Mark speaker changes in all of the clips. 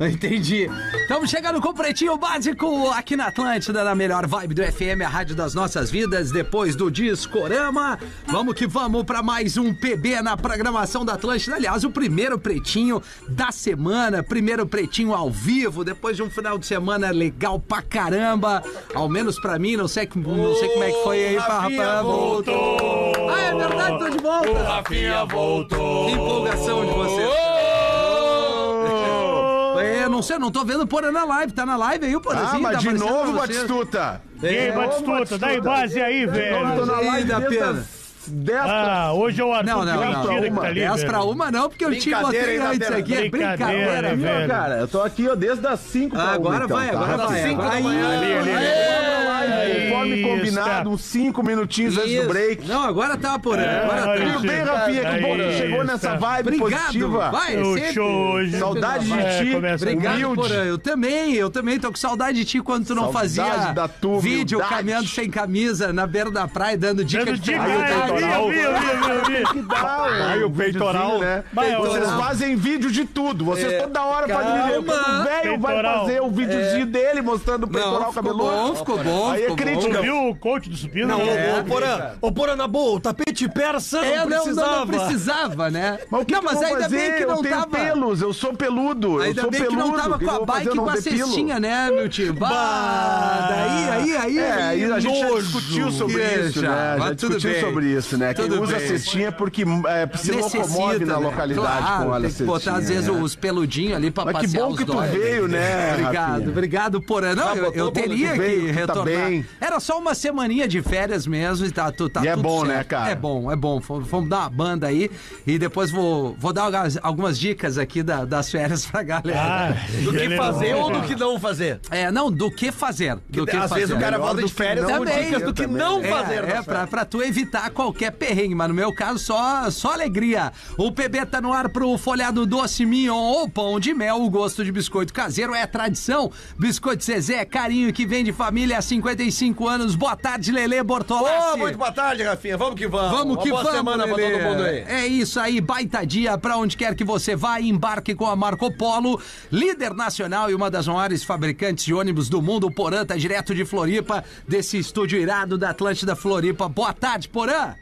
Speaker 1: Entendi. Estamos chegando com o Pretinho Básico aqui na Atlântida, na melhor vibe do FM, a rádio das nossas vidas, depois do Discorama. Vamos que vamos para mais um PB na programação da Atlântida. Aliás, o primeiro Pretinho da semana, primeiro Pretinho ao vivo, depois de um final de semana legal pra caramba. Ao menos pra mim, não sei, que- não sei como é que foi aí pra rapaz.
Speaker 2: voltou!
Speaker 1: Ah, é verdade, tô de
Speaker 2: O
Speaker 1: volta.
Speaker 2: Rafinha voltou!
Speaker 1: Que empolgação de vocês. É, não sei, não tô vendo o Porã na live. Tá na live aí o Porãzinho?
Speaker 3: Ah, mas
Speaker 1: tá
Speaker 3: de
Speaker 1: aparecendo
Speaker 3: novo,
Speaker 1: pra vocês.
Speaker 3: Batistuta.
Speaker 4: E aí,
Speaker 1: É,
Speaker 4: Batistuta, dá em base aí,
Speaker 3: Eu tô
Speaker 4: velho.
Speaker 3: na live
Speaker 1: Ainda
Speaker 3: desde
Speaker 1: pena.
Speaker 3: as 10
Speaker 4: Ah, hoje é o Arthur
Speaker 1: Não, não,
Speaker 4: que
Speaker 1: não.
Speaker 4: mentira que tá ali,
Speaker 1: 10
Speaker 4: velho.
Speaker 1: pra uma não, porque eu te
Speaker 3: Brincadeira,
Speaker 1: botei
Speaker 3: hein,
Speaker 1: antes
Speaker 3: Datena?
Speaker 1: aqui. É brincadeira,
Speaker 4: Brincadeira,
Speaker 1: viu?
Speaker 4: velho.
Speaker 3: cara. Eu tô aqui ó, desde as 5 pra
Speaker 1: Agora
Speaker 3: uma, então,
Speaker 1: vai,
Speaker 3: tá?
Speaker 1: agora vai.
Speaker 3: Cinco
Speaker 1: agora
Speaker 3: da manhã,
Speaker 1: vai.
Speaker 4: ali, ali, ali.
Speaker 3: live, Conforme
Speaker 4: É Isso,
Speaker 3: combinado,
Speaker 4: tá.
Speaker 3: uns 5 minutinhos antes
Speaker 1: Isso.
Speaker 3: do break. É,
Speaker 1: Não, agora tá, Porã. agora
Speaker 4: olha
Speaker 1: tá.
Speaker 3: Tudo
Speaker 4: isso. É
Speaker 3: bem, Rafinha, que bom que tu
Speaker 4: Isso.
Speaker 3: chegou nessa vibe
Speaker 1: Obrigado.
Speaker 3: positiva.
Speaker 1: Vai,
Speaker 4: É O
Speaker 1: sempre.
Speaker 4: show hoje.
Speaker 3: Saudade de
Speaker 4: É,
Speaker 3: ti.
Speaker 4: começa a-
Speaker 1: Obrigado,
Speaker 3: Humilde.
Speaker 1: Porã. Eu também, eu também tô com saudade de ti quando tu não
Speaker 3: Saudade
Speaker 1: fazia
Speaker 3: da tua
Speaker 1: vídeo
Speaker 3: humildade.
Speaker 1: caminhando sem camisa na beira da praia, dando dica
Speaker 4: Dando dica,
Speaker 1: praia.
Speaker 4: ah, eu vi, eu vi, eu vi, eu vi.
Speaker 3: Aí o peitoral, um né?
Speaker 4: Vai, ó.
Speaker 3: Vocês fazem vídeo de tudo. Vocês toda hora fazem vídeo.
Speaker 1: É. calma. É.
Speaker 3: Quando o velho vai
Speaker 4: Peitoral.
Speaker 3: fazer o videozinho dele mostrando o peitoral
Speaker 1: Não, ficou
Speaker 3: cabeludo.
Speaker 1: bom, ficou bom,
Speaker 3: Aí é
Speaker 1: ficou bom.
Speaker 3: crítica.
Speaker 4: Tu viu o coach do Supino?
Speaker 1: Não,
Speaker 4: né?
Speaker 1: é.
Speaker 5: Ô, Porã, ô, Porã, na boa, o tapete persa
Speaker 1: É,
Speaker 5: não
Speaker 1: não,
Speaker 5: precisava.
Speaker 1: não, não precisava, né?
Speaker 3: Mas o que
Speaker 1: não,
Speaker 3: que
Speaker 1: mas
Speaker 3: eu vou
Speaker 1: ainda
Speaker 3: fazer?
Speaker 1: bem que
Speaker 3: eu
Speaker 1: não
Speaker 3: tenho
Speaker 1: tava.
Speaker 3: pelos, eu sou peludo. eu
Speaker 1: Ainda
Speaker 3: sou
Speaker 1: bem
Speaker 3: peludo.
Speaker 1: que não tava
Speaker 3: O que
Speaker 1: com
Speaker 3: eu
Speaker 1: a
Speaker 3: vou
Speaker 1: bike
Speaker 3: fazer?
Speaker 1: e
Speaker 3: Eu
Speaker 1: com
Speaker 3: não
Speaker 1: a
Speaker 3: depilo.
Speaker 1: cestinha, né, meu tio? Bah, daí, aí, aí.
Speaker 3: É, aí a gente já
Speaker 1: nojo.
Speaker 3: discutiu sobre
Speaker 1: É,
Speaker 3: isso,
Speaker 1: já,
Speaker 3: né? Já
Speaker 1: mas tudo
Speaker 3: discutiu
Speaker 1: bem.
Speaker 3: sobre isso, né? Quem
Speaker 1: Tudo
Speaker 3: usa
Speaker 1: bem.
Speaker 3: cestinha porque é, se locomove na
Speaker 1: né?
Speaker 3: localidade
Speaker 1: claro,
Speaker 3: com a
Speaker 1: tem que
Speaker 3: cestinha.
Speaker 1: botar às vezes
Speaker 3: né?
Speaker 1: os peludinhos ali pra
Speaker 3: Mas
Speaker 1: passear
Speaker 3: que bom
Speaker 1: os
Speaker 3: que tu
Speaker 1: dói.
Speaker 3: veio, né?
Speaker 1: Obrigado,
Speaker 3: Rafinha? Tá
Speaker 1: obrigado, Porã. Não, eu, eu
Speaker 3: botou,
Speaker 1: teria
Speaker 3: tu veio,
Speaker 1: que
Speaker 3: tu tá
Speaker 1: retornar.
Speaker 3: bem.
Speaker 1: Era só uma semaninha de férias mesmo e tá, tu, tá
Speaker 3: E é
Speaker 1: tudo
Speaker 3: bom,
Speaker 1: certo.
Speaker 3: né, cara?
Speaker 1: É bom, é bom. Fomos, fomos dar uma banda aí e depois vou, vou dar algumas, algumas dicas aqui da- das férias pra galera.
Speaker 4: Ah,
Speaker 5: Do que
Speaker 4: ele-
Speaker 5: fazer ou um do que não fazer?
Speaker 1: É, não, do que fazer. Do que
Speaker 5: Às
Speaker 1: fazer.
Speaker 5: vezes o cara volta de férias
Speaker 1: não
Speaker 5: com
Speaker 1: fazer
Speaker 5: dicas do que
Speaker 3: também.
Speaker 5: não
Speaker 1: É,
Speaker 5: fazer.
Speaker 1: É,
Speaker 5: nas
Speaker 1: pra,
Speaker 5: férias.
Speaker 1: pra tu evitar qualquer perrengue, mas no meu caso só, só alegria. O PB tá no ar pro folhado doce mignon ou pão de mel. O gosto de biscoito caseiro é tradição. Biscoito Zezé é carinho que vem de família há 55 anos. Boa tarde, Lele Bortolassi.
Speaker 5: Ô, Tá muito boa tarde, Rafinha. Vamos que vamos.
Speaker 1: Vamos
Speaker 5: Tá Uma
Speaker 1: que
Speaker 5: boa
Speaker 1: vamos,
Speaker 5: semana pra
Speaker 1: Lelê.
Speaker 5: todo mundo aí.
Speaker 1: É isso aí, baita dia pra onde quer que você vá, embarque com a Marco Polo, líder nacional e uma das maiores fabricantes de ônibus do mundo, O Porã, tá direto de Floripa, desse estúdio irado da Atlântida Floripa. Boa tarde, Porã!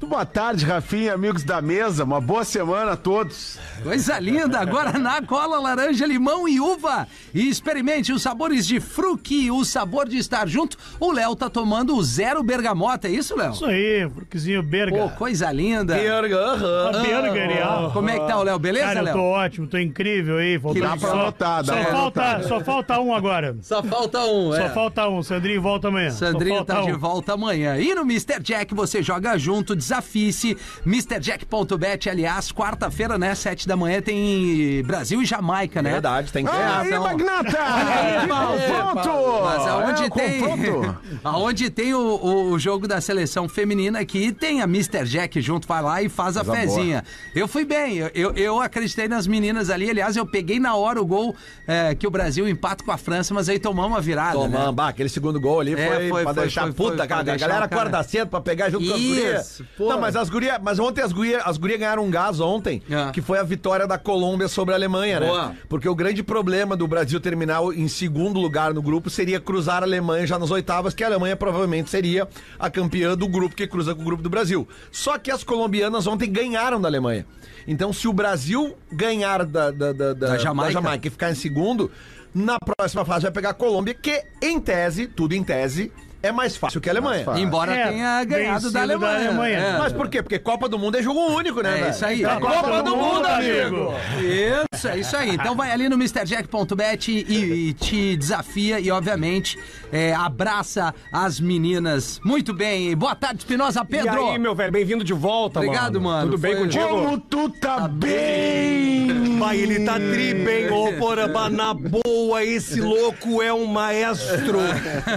Speaker 3: Muito Boa tarde, Rafinha, amigos da mesa. Uma boa semana a todos.
Speaker 1: Coisa linda! Guaraná, cola, laranja, limão e uva. E experimente os sabores de fruque, o sabor de estar junto. O Léo tá tomando o zero bergamota, é isso, Léo?
Speaker 4: Isso aí, Bruquezinho Berga.
Speaker 1: Pô, coisa linda!
Speaker 5: Berga, aham.
Speaker 4: A Berga, ele, ah.
Speaker 1: Como é que tá o Léo? Beleza,
Speaker 4: Cara, eu
Speaker 1: Léo?
Speaker 4: tô ótimo, tô incrível aí. Voltando
Speaker 1: Dá pra
Speaker 4: só-
Speaker 3: anotar, dá
Speaker 4: só
Speaker 3: pra
Speaker 4: falta, Só falta um agora.
Speaker 1: Só falta um,
Speaker 4: Só
Speaker 1: é.
Speaker 4: falta um. Sandrinho volta amanhã. Só
Speaker 1: Sandrinho
Speaker 4: falta
Speaker 1: tá de
Speaker 4: um.
Speaker 1: volta amanhã. E no Mr. Jack você joga junto, desafie-se. MrJack.bet, aliás, quarta-feira, né? Sete da manhã tem Brasil e Jamaica, né?
Speaker 5: Verdade, tem que
Speaker 1: Ah,
Speaker 5: ganhar.
Speaker 3: Aí,
Speaker 1: então-
Speaker 3: Magnata!
Speaker 1: É,
Speaker 3: Fica
Speaker 1: Paulo,
Speaker 3: o confronto!
Speaker 1: Mas aonde
Speaker 3: É o
Speaker 1: tem.
Speaker 3: confronto.
Speaker 1: aonde tem o, o- o jogo da seleção feminina aqui, tem a Mr. Jack junto, vai lá e faz a fezinha. Eu fui bem, eu, eu, eu acreditei nas meninas ali. Aliás, eu peguei na hora o gol é, que o Brasil empata com a França, mas aí tomamos uma virada. né?
Speaker 5: Tomando, bah, aquele segundo gol ali
Speaker 1: É,
Speaker 5: foi,
Speaker 1: foi,
Speaker 5: pra
Speaker 1: foi,
Speaker 5: deixar
Speaker 1: foi, foi,
Speaker 5: puta,
Speaker 1: pra
Speaker 5: cara.
Speaker 1: deixar
Speaker 5: a galera
Speaker 1: o cara-
Speaker 5: acorda cedo pra pegar junto com as
Speaker 1: Isso,
Speaker 5: gurias.
Speaker 1: pô.
Speaker 5: Não, mas as gurias. Mas ontem as gurias, as gurias ganharam um gás ontem,
Speaker 1: É.
Speaker 5: que foi a vitória da Colômbia sobre a Alemanha,
Speaker 1: Boa.
Speaker 5: né? Porque o grande problema do Brasil terminar em segundo lugar no grupo seria cruzar a Alemanha já nas oitavas, que a Alemanha provavelmente seria a campeã do grupo que cruza com o grupo do Brasil. Só que as colombianas ontem ganharam da Alemanha. Então, se o Brasil ganhar da, da, da, da-
Speaker 1: Da Jamaica.
Speaker 5: da Jamaica e ficar em segundo, na próxima fase vai pegar a Colômbia, que em tese, tudo em tese, é mais fácil que a Alemanha.
Speaker 3: fácil.
Speaker 1: Embora
Speaker 4: É,
Speaker 1: tenha ganhado
Speaker 4: vencido
Speaker 1: da
Speaker 4: da
Speaker 1: Alemanha.
Speaker 4: Alemanha.
Speaker 1: É.
Speaker 5: Mas por quê? Porque Copa do Mundo é jogo único, né?
Speaker 1: É,
Speaker 5: velho?
Speaker 1: isso aí.
Speaker 3: Então,
Speaker 5: É
Speaker 1: É
Speaker 5: Copa, do, Mundo, amigo.
Speaker 1: Isso, é isso aí. Então vai ali no MrJack.bet e, e te desafia e, obviamente, é, abraça as meninas. Muito bem. Boa tarde, Espinosa Pedro.
Speaker 6: E aí, meu velho, bem-vindo de volta,
Speaker 1: Obrigado, mano.
Speaker 6: Tudo bem
Speaker 5: um
Speaker 1: Foi-
Speaker 6: contigo?
Speaker 3: Como tu tá bem!
Speaker 5: Vai, ele tá
Speaker 3: tri
Speaker 5: bem.
Speaker 1: ô,
Speaker 5: Poramba, na boa, esse louco é um maestro.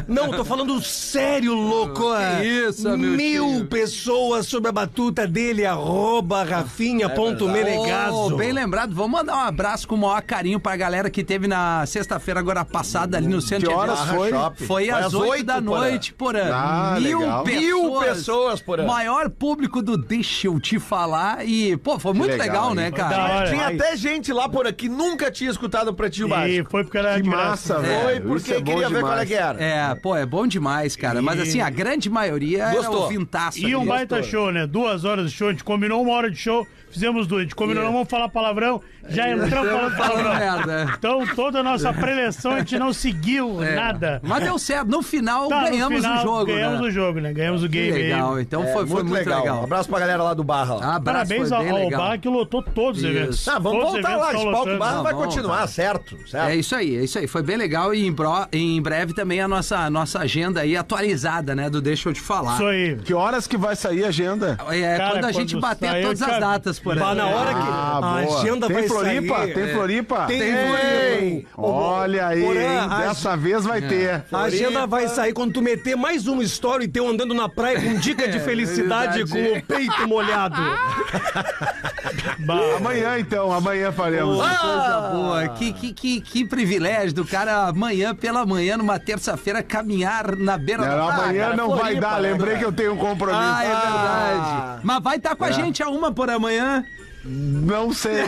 Speaker 6: Não, tô falando sério, louco!
Speaker 1: Que isso, meu
Speaker 6: Mil
Speaker 1: tio.
Speaker 6: pessoas sob a batuta dele, arroba
Speaker 5: É
Speaker 6: rafinha.menegaso.
Speaker 1: Oh, bem lembrado, vamos mandar um abraço com o maior carinho pra galera que teve na sexta-feira agora passada ali no centro
Speaker 3: Que horas
Speaker 1: eventos.
Speaker 3: foi?
Speaker 1: Foi, às oito
Speaker 5: oito,
Speaker 1: da
Speaker 5: Porã.
Speaker 1: noite, porã.
Speaker 3: Ah,
Speaker 1: mil,
Speaker 3: legal.
Speaker 1: pessoas,
Speaker 5: Mil pessoas, Porã.
Speaker 1: Maior público do Deixa Eu Te Falar e, pô, foi muito legal,
Speaker 3: legal, hein?
Speaker 1: né, cara?
Speaker 5: Tá,
Speaker 4: Da hora.
Speaker 5: Tinha até gente lá por aqui, nunca tinha escutado pra ti o
Speaker 4: E
Speaker 5: básico.
Speaker 4: foi porque era
Speaker 3: Que
Speaker 4: de graça.
Speaker 3: massa, velho.
Speaker 5: Foi porque
Speaker 3: Isso é bom
Speaker 5: queria ver qual é
Speaker 3: demais.
Speaker 5: que era.
Speaker 1: É, pô, é bom demais, cara. Mas assim, a grande maioria
Speaker 5: Gostou.
Speaker 1: era ouvintaço.
Speaker 4: E um
Speaker 1: ali.
Speaker 4: baita show, né? Duas horas de show, a gente combinou uma hora de show, fizemos duas. A gente
Speaker 1: É.
Speaker 4: combinou, não vamos falar palavrão, já entramos tá falando
Speaker 1: Falando
Speaker 4: palavrão.
Speaker 1: é merda.
Speaker 4: Então toda a nossa preleção a gente não seguiu
Speaker 1: É.
Speaker 4: nada.
Speaker 1: Mas deu certo. No final,
Speaker 4: Tá, no
Speaker 1: ganhamos
Speaker 4: final,
Speaker 1: o jogo,
Speaker 4: Ganhamos
Speaker 1: né?
Speaker 4: o jogo, né? Ganhamos o
Speaker 1: Que
Speaker 4: game
Speaker 1: legal.
Speaker 4: aí.
Speaker 1: Então foi, foi muito, legal.
Speaker 5: É, Abraço pra galera lá do Barra. lá.
Speaker 1: Abraço,
Speaker 4: Parabéns
Speaker 1: foi
Speaker 4: ao,
Speaker 1: bem
Speaker 4: ao
Speaker 1: legal.
Speaker 4: Barra que lotou todos os
Speaker 1: Isso.
Speaker 4: eventos.
Speaker 5: Ah, vamos
Speaker 4: Todos os
Speaker 5: voltar
Speaker 4: eventos
Speaker 5: lá, esse
Speaker 4: estão
Speaker 5: palco do
Speaker 4: lotando.
Speaker 5: Barra vai
Speaker 1: Não,
Speaker 5: continuar,
Speaker 1: volta.
Speaker 5: certo? certo.
Speaker 1: É isso aí, é isso aí. Foi bem legal e em, bro- em breve também a nossa, nossa agenda aí atualizada, né? Do Deixa Eu Te Falar.
Speaker 4: Isso aí.
Speaker 3: Que horas que vai sair a agenda?
Speaker 1: É
Speaker 4: Cara,
Speaker 1: quando a gente
Speaker 4: quando
Speaker 1: bater
Speaker 4: sair,
Speaker 1: todas
Speaker 4: eu te
Speaker 1: as
Speaker 4: aviso.
Speaker 1: datas por aí.
Speaker 6: Bah, na hora que
Speaker 3: Ah,
Speaker 6: a
Speaker 3: boa.
Speaker 6: agenda
Speaker 3: tem
Speaker 6: vai
Speaker 3: Floripa?
Speaker 6: sair.
Speaker 3: Tem
Speaker 6: é.
Speaker 3: Floripa?
Speaker 6: Tem
Speaker 3: Ei,
Speaker 6: Floripa.
Speaker 3: Olha aí,
Speaker 6: Porã,
Speaker 3: hein?
Speaker 6: a-
Speaker 3: Dessa vez vai ter.
Speaker 6: A agenda vai sair quando tu meter mais um story teu andando na praia com dica
Speaker 5: É,
Speaker 6: de felicidade com o peito molhado.
Speaker 4: Bah,
Speaker 3: Amanhã então, amanhã faremos.
Speaker 1: Que coisa boa. Que, que, que, que privilégio do cara amanhã pela manhã, numa terça-feira, caminhar na beira
Speaker 3: Não,
Speaker 1: da praia.
Speaker 3: amanhã
Speaker 1: Ah, cara.
Speaker 3: não vai dar, lembrei que eu tenho um compromisso.
Speaker 1: Ah, é
Speaker 4: Ah.
Speaker 1: verdade. Mas vai estar com a
Speaker 4: É.
Speaker 1: gente a uma por amanhã.
Speaker 3: Não sei.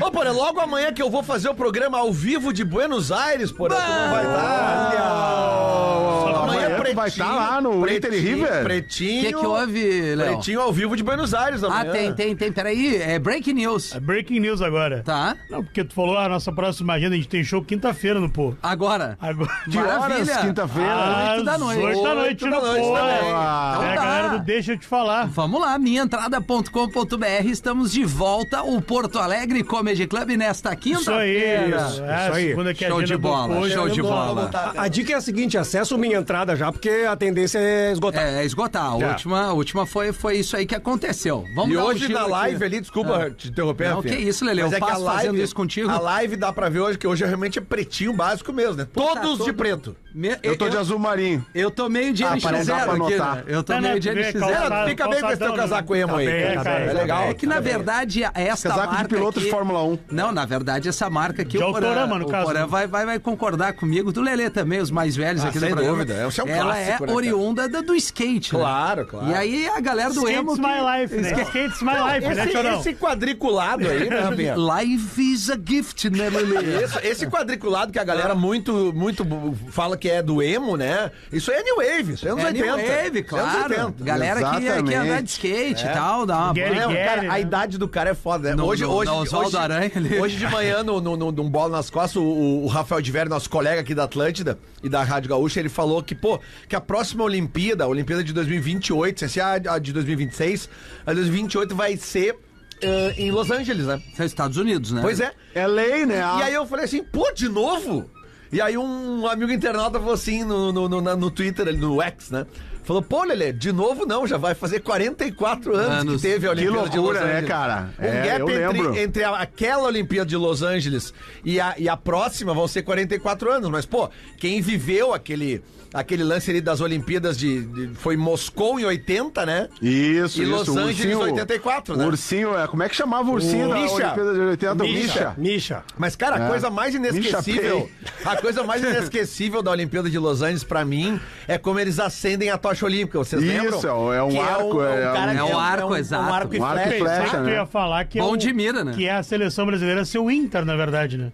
Speaker 5: Ô, Porã, logo amanhã que eu vou fazer o programa ao vivo de Buenos Aires, Porã. Tu não vai tá? dar.
Speaker 3: amanhã tu vai tá lá no Inter e River?
Speaker 1: O
Speaker 5: é Pretinho.
Speaker 1: que, que houve, Léo?
Speaker 5: Pretinho ao vivo de Buenos Aires
Speaker 1: Ah,
Speaker 5: amanhã.
Speaker 1: tem, tem, tem. Peraí, é break news.
Speaker 4: breaking news agora.
Speaker 1: Tá?
Speaker 4: Não, porque tu falou, ah, a nossa próxima agenda, a gente tem show quinta-feira no Pô.
Speaker 1: Agora.
Speaker 4: Agora.
Speaker 1: De
Speaker 3: Horas,
Speaker 1: maravilha.
Speaker 3: quinta-feira.
Speaker 1: oito da noite.
Speaker 4: 8 da noite
Speaker 5: Oito da
Speaker 4: no
Speaker 5: noite
Speaker 4: Pô.
Speaker 5: também.
Speaker 3: Então
Speaker 4: Ah, É a
Speaker 1: tá.
Speaker 4: galera do Deixa Eu Te Falar.
Speaker 1: Vamos lá, minhaentrada.com.br. Estamos de volta ao Porto Alegre Comedy Club nesta quinta.
Speaker 4: Isso aí. Isso, é,
Speaker 6: isso aí.
Speaker 4: Segunda que a
Speaker 1: Show
Speaker 4: agenda
Speaker 1: de
Speaker 4: do
Speaker 1: bola,
Speaker 4: Pô,
Speaker 1: show
Speaker 4: é
Speaker 1: de
Speaker 4: do-
Speaker 1: bola.
Speaker 6: A, a dica é a seguinte, acessa o Minha Entrada já, porque a tendência é esgotar.
Speaker 1: É, esgotar. A última, a última foi, foi isso aí que aconteceu.
Speaker 6: é
Speaker 1: Vamos
Speaker 5: E
Speaker 1: dar um
Speaker 5: hoje
Speaker 1: giro
Speaker 5: na
Speaker 1: aqui. Ah.
Speaker 5: live
Speaker 6: né?
Speaker 5: ali, desculpa te interromper,
Speaker 1: Não,
Speaker 5: Rafinha. é
Speaker 1: que isso, Lelê, eu
Speaker 5: que
Speaker 1: passo fazendo isso contigo.
Speaker 5: A live dá pra ver hoje, que hoje é realmente é pretinho básico mesmo, né? Todos
Speaker 1: todo-
Speaker 5: de preto.
Speaker 1: Me-
Speaker 3: Eu tô de azul marinho.
Speaker 1: eu tô meio de
Speaker 3: Ah,
Speaker 1: NX0
Speaker 3: parece que dá pra
Speaker 1: aqui, né?
Speaker 3: notar.
Speaker 1: Eu tô
Speaker 4: Não,
Speaker 1: meio
Speaker 4: não,
Speaker 1: de
Speaker 4: tu vê,
Speaker 1: NX0.
Speaker 4: calça-
Speaker 5: Cara, fica bem com esse teu
Speaker 4: calçadão,
Speaker 5: casaco emo
Speaker 4: tá
Speaker 5: aí.
Speaker 4: bem,
Speaker 5: É,
Speaker 4: cara, tá
Speaker 5: legal.
Speaker 1: É que na verdade essa
Speaker 3: Casaco de
Speaker 1: marca
Speaker 3: piloto de
Speaker 1: aqui-
Speaker 3: Fórmula 1.
Speaker 1: Não, na verdade essa marca aqui
Speaker 4: De
Speaker 1: o Porã,
Speaker 4: Autorama, no
Speaker 1: o
Speaker 4: caso. né?
Speaker 1: Porã vai, vai, vai concordar comigo, do Lelê também, os mais velhos aqui
Speaker 5: sem
Speaker 1: do programa.
Speaker 5: dúvida, é, isso é um
Speaker 1: Ela
Speaker 5: clássico, né,
Speaker 1: é
Speaker 5: cara?
Speaker 1: oriunda do, do skate, né?
Speaker 5: Claro, claro.
Speaker 1: E aí a galera do emo
Speaker 4: Skates
Speaker 1: que-
Speaker 4: My Life, né?
Speaker 1: Skate-
Speaker 4: Skates My Life, né,
Speaker 5: Esse,
Speaker 4: Chorão?
Speaker 5: esse quadriculado aí, né, Rafinha?
Speaker 1: Life is a gift, né, Lelê?
Speaker 5: Isso, esse quadriculado que a galera
Speaker 1: Ah.
Speaker 5: muito, muito bu- fala que é do emo, né? Isso aí é New Wave, isso aí é anos
Speaker 1: É
Speaker 5: 80.
Speaker 1: New Wave,
Speaker 5: Isso é anos
Speaker 1: claro.
Speaker 5: 80.
Speaker 1: Galera que, que
Speaker 3: Exatamente.
Speaker 1: andar de skate e tal, dá uma
Speaker 4: Get
Speaker 5: É,
Speaker 4: Ele
Speaker 5: o
Speaker 4: quer,
Speaker 5: cara,
Speaker 4: né?
Speaker 5: A idade do cara é foda, né?
Speaker 1: No-
Speaker 5: hoje,
Speaker 1: no-
Speaker 5: hoje,
Speaker 1: no Oswaldo
Speaker 5: hoje,
Speaker 1: Aranha, ele-
Speaker 5: hoje de manhã, no, no, no- num bolo nas costas, o, o Rafael de Vera, nosso colega aqui da Atlântida e da Rádio Gaúcha, ele falou que, pô, que a próxima Olimpíada, a Olimpíada de 2028, se é a a de 2026, a de 2028 vai ser eh, em Los Angeles, né?
Speaker 1: É Estados Unidos, né?
Speaker 5: Pois é.
Speaker 3: É lei, né?
Speaker 5: E aí eu falei assim, pô, de novo? E aí um amigo internauta falou assim no, no, no, na- no Twitter, ali no X, né? Falou, pô, Lelê, de novo não, já vai fazer 44 anos,
Speaker 1: Anos.
Speaker 5: que teve a Olimpíada de Los
Speaker 3: loucura, né,
Speaker 5: Angeles.
Speaker 3: cara?
Speaker 5: Um
Speaker 3: É, eu
Speaker 5: gap
Speaker 3: lembro.
Speaker 5: entre, entre a- aquela Olimpíada de Los Angeles e a, e a próxima vão ser 44 anos. Mas, pô, quem viveu aquele, aquele lance ali das Olimpíadas de, de- Foi Moscou em 80, né?
Speaker 3: Isso, isso.
Speaker 5: E Los
Speaker 3: o
Speaker 5: Angeles, 84, né?
Speaker 3: Ursinho, é. Como é que chamava o ursinho
Speaker 5: O-
Speaker 3: da
Speaker 5: Misha.
Speaker 3: Olimpíada de 80? O
Speaker 6: Misha, Misha.
Speaker 5: Mas, cara, a
Speaker 3: É.
Speaker 5: coisa mais inesquecível. A coisa mais inesquecível da Olimpíada de Los Angeles, pra mim, é como eles acendem a tocha olímpica. Vocês
Speaker 3: Isso,
Speaker 5: lembram?
Speaker 3: é um
Speaker 5: Que
Speaker 3: arco, é
Speaker 5: cara
Speaker 3: um-
Speaker 5: que
Speaker 1: É um arco, exato.
Speaker 5: Um arco e
Speaker 3: Um
Speaker 4: É
Speaker 3: arco e
Speaker 5: flecha.
Speaker 3: flecha.
Speaker 4: Pensar que
Speaker 3: né?
Speaker 4: eu ia falar que é
Speaker 1: Bom
Speaker 4: o-
Speaker 1: de mira, né?
Speaker 4: Que é a seleção brasileira ser o Inter, na verdade, né?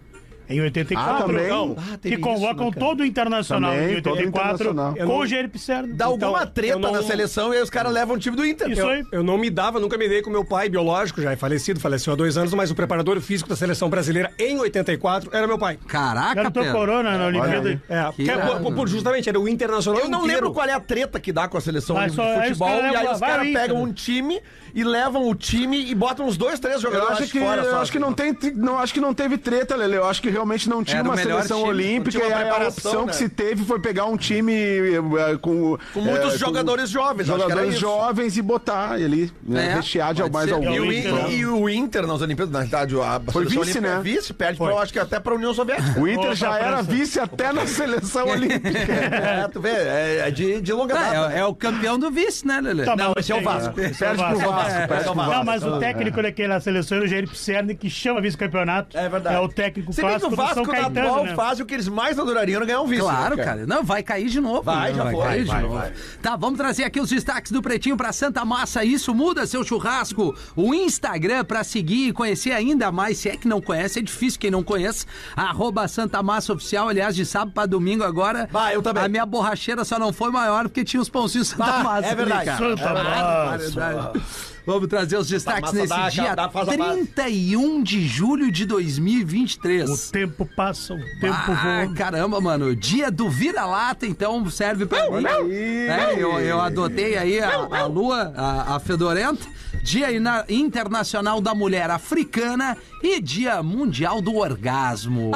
Speaker 4: Em 84,
Speaker 3: Ah, também.
Speaker 4: não,
Speaker 5: Ah, teve
Speaker 4: que
Speaker 5: isso,
Speaker 4: convocam
Speaker 5: né, cara?
Speaker 4: todo o Internacional
Speaker 3: Também,
Speaker 4: em
Speaker 3: todo
Speaker 4: 84
Speaker 3: Internacional.
Speaker 4: com o Jair Picerno.
Speaker 5: Dá alguma treta
Speaker 6: não-
Speaker 5: na seleção e aí os caras levam o time do Inter.
Speaker 4: Então, Isso
Speaker 6: Eu,
Speaker 4: aí.
Speaker 6: eu não me dava, nunca me dei com meu pai biológico, já é falecido, faleceu há dois anos, mas o preparador físico da seleção brasileira em 84 era meu pai.
Speaker 1: Caraca,
Speaker 4: Cara, tô
Speaker 1: Pedro.
Speaker 4: corona na Olimpíada.
Speaker 3: aí.
Speaker 6: É,
Speaker 1: Que
Speaker 6: que é,
Speaker 1: irado,
Speaker 6: por- por- justamente, era o internacional.
Speaker 7: um
Speaker 5: Eu não
Speaker 6: inteiro.
Speaker 5: lembro qual é a treta que dá com a seleção
Speaker 4: Mas
Speaker 5: de
Speaker 4: só- é aí os
Speaker 5: futebol.
Speaker 4: caras
Speaker 5: e aí
Speaker 4: levam
Speaker 5: os
Speaker 4: lá, vai
Speaker 5: caras
Speaker 4: o Inter,
Speaker 5: pegam
Speaker 4: né?
Speaker 5: um time e levam o time e botam uns dois, três
Speaker 3: Eu
Speaker 5: jogadores
Speaker 3: acho que,
Speaker 5: fora.
Speaker 3: eu
Speaker 5: só.
Speaker 3: acho que não tem, não acho que não teve treta, Lele. Eu acho que realmente não tinha
Speaker 1: Era o
Speaker 3: uma
Speaker 1: melhor
Speaker 3: seleção
Speaker 1: time, não
Speaker 3: olímpica
Speaker 5: tinha uma
Speaker 3: e aí a
Speaker 5: preparação,
Speaker 3: opção
Speaker 5: né?
Speaker 3: que se teve foi pegar um time eh, com,
Speaker 5: Com muitos
Speaker 3: eh,
Speaker 5: jogadores jovens, acho que era
Speaker 3: jogadores
Speaker 5: isso.
Speaker 3: jovens e botar ali, né,
Speaker 1: É,
Speaker 3: rechear de
Speaker 1: pode
Speaker 3: mais né?
Speaker 1: ser.
Speaker 3: algum.
Speaker 5: E o,
Speaker 4: Inter,
Speaker 5: e- e o Inter nas Olimpíadas, na verdade, a
Speaker 3: Foi
Speaker 5: seleção
Speaker 3: vice,
Speaker 5: olímpica
Speaker 3: né?
Speaker 5: é vice, perde, pra, eu acho que até pra União Soviética.
Speaker 3: O Inter já
Speaker 4: Outra
Speaker 3: era
Speaker 4: França.
Speaker 3: vice até na seleção olímpica.
Speaker 5: é, tu vê, é, é de, de longa data.
Speaker 1: É, é, o campeão do vice, né, Lelê?
Speaker 4: Tá,
Speaker 5: Não,
Speaker 4: mas
Speaker 5: esse é o
Speaker 4: tem-
Speaker 5: Vasco. Esse é o
Speaker 3: Perde pro
Speaker 5: Vasco.
Speaker 3: Vasco, perde pro
Speaker 4: Não,
Speaker 3: Vasco.
Speaker 4: mas o técnico
Speaker 1: É.
Speaker 4: daquele na seleção era o Jair Pisserni, que chama vice-campeonato.
Speaker 5: É verdade.
Speaker 4: É o técnico
Speaker 5: Se bem que
Speaker 4: clássico
Speaker 5: o
Speaker 4: do
Speaker 5: Vasco
Speaker 4: São
Speaker 5: na
Speaker 4: Caetano,
Speaker 5: atual
Speaker 4: né?
Speaker 5: fase, o que eles mais adorariam era ganhar um vice.
Speaker 1: Claro,
Speaker 5: né,
Speaker 1: cara. Não, vai cair de novo.
Speaker 5: Vai,
Speaker 1: né?
Speaker 5: já foi,
Speaker 1: cair de
Speaker 5: vai,
Speaker 1: novo.
Speaker 5: vai.
Speaker 1: Tá, vamos trazer aqui os destaques do Pretinho pra Santa Massa. Isso muda seu churrasco. O Instagram pra seguir e conhecer ainda mais. Se é que não conhece, é difícil quem não conhece. Arroba Santa Massa Oficial. Aliás, de sábado pra domingo agora.
Speaker 5: Vai, eu também.
Speaker 1: A minha borracheira só não foi maior porque tinha os pãozinhos Santa
Speaker 5: Bah,
Speaker 1: Massa.
Speaker 5: é
Speaker 1: né,
Speaker 5: verdade.
Speaker 1: cara?
Speaker 4: Santa Massa.
Speaker 1: Verdade. Vamos trazer os destaques
Speaker 5: Massa
Speaker 1: nesse
Speaker 5: dá-
Speaker 1: dia
Speaker 5: dá- faz a base.
Speaker 1: 31 de julho de 2023.
Speaker 4: O tempo passa, o tempo
Speaker 1: Ah,
Speaker 4: voa.
Speaker 1: caramba, mano. Dia do vira-lata, então serve pra mim. É, eu, eu adotei aí a, a lua, a, a fedorenta. Dia Ina- Internacional da Mulher Africana e Dia Mundial do Orgasmo.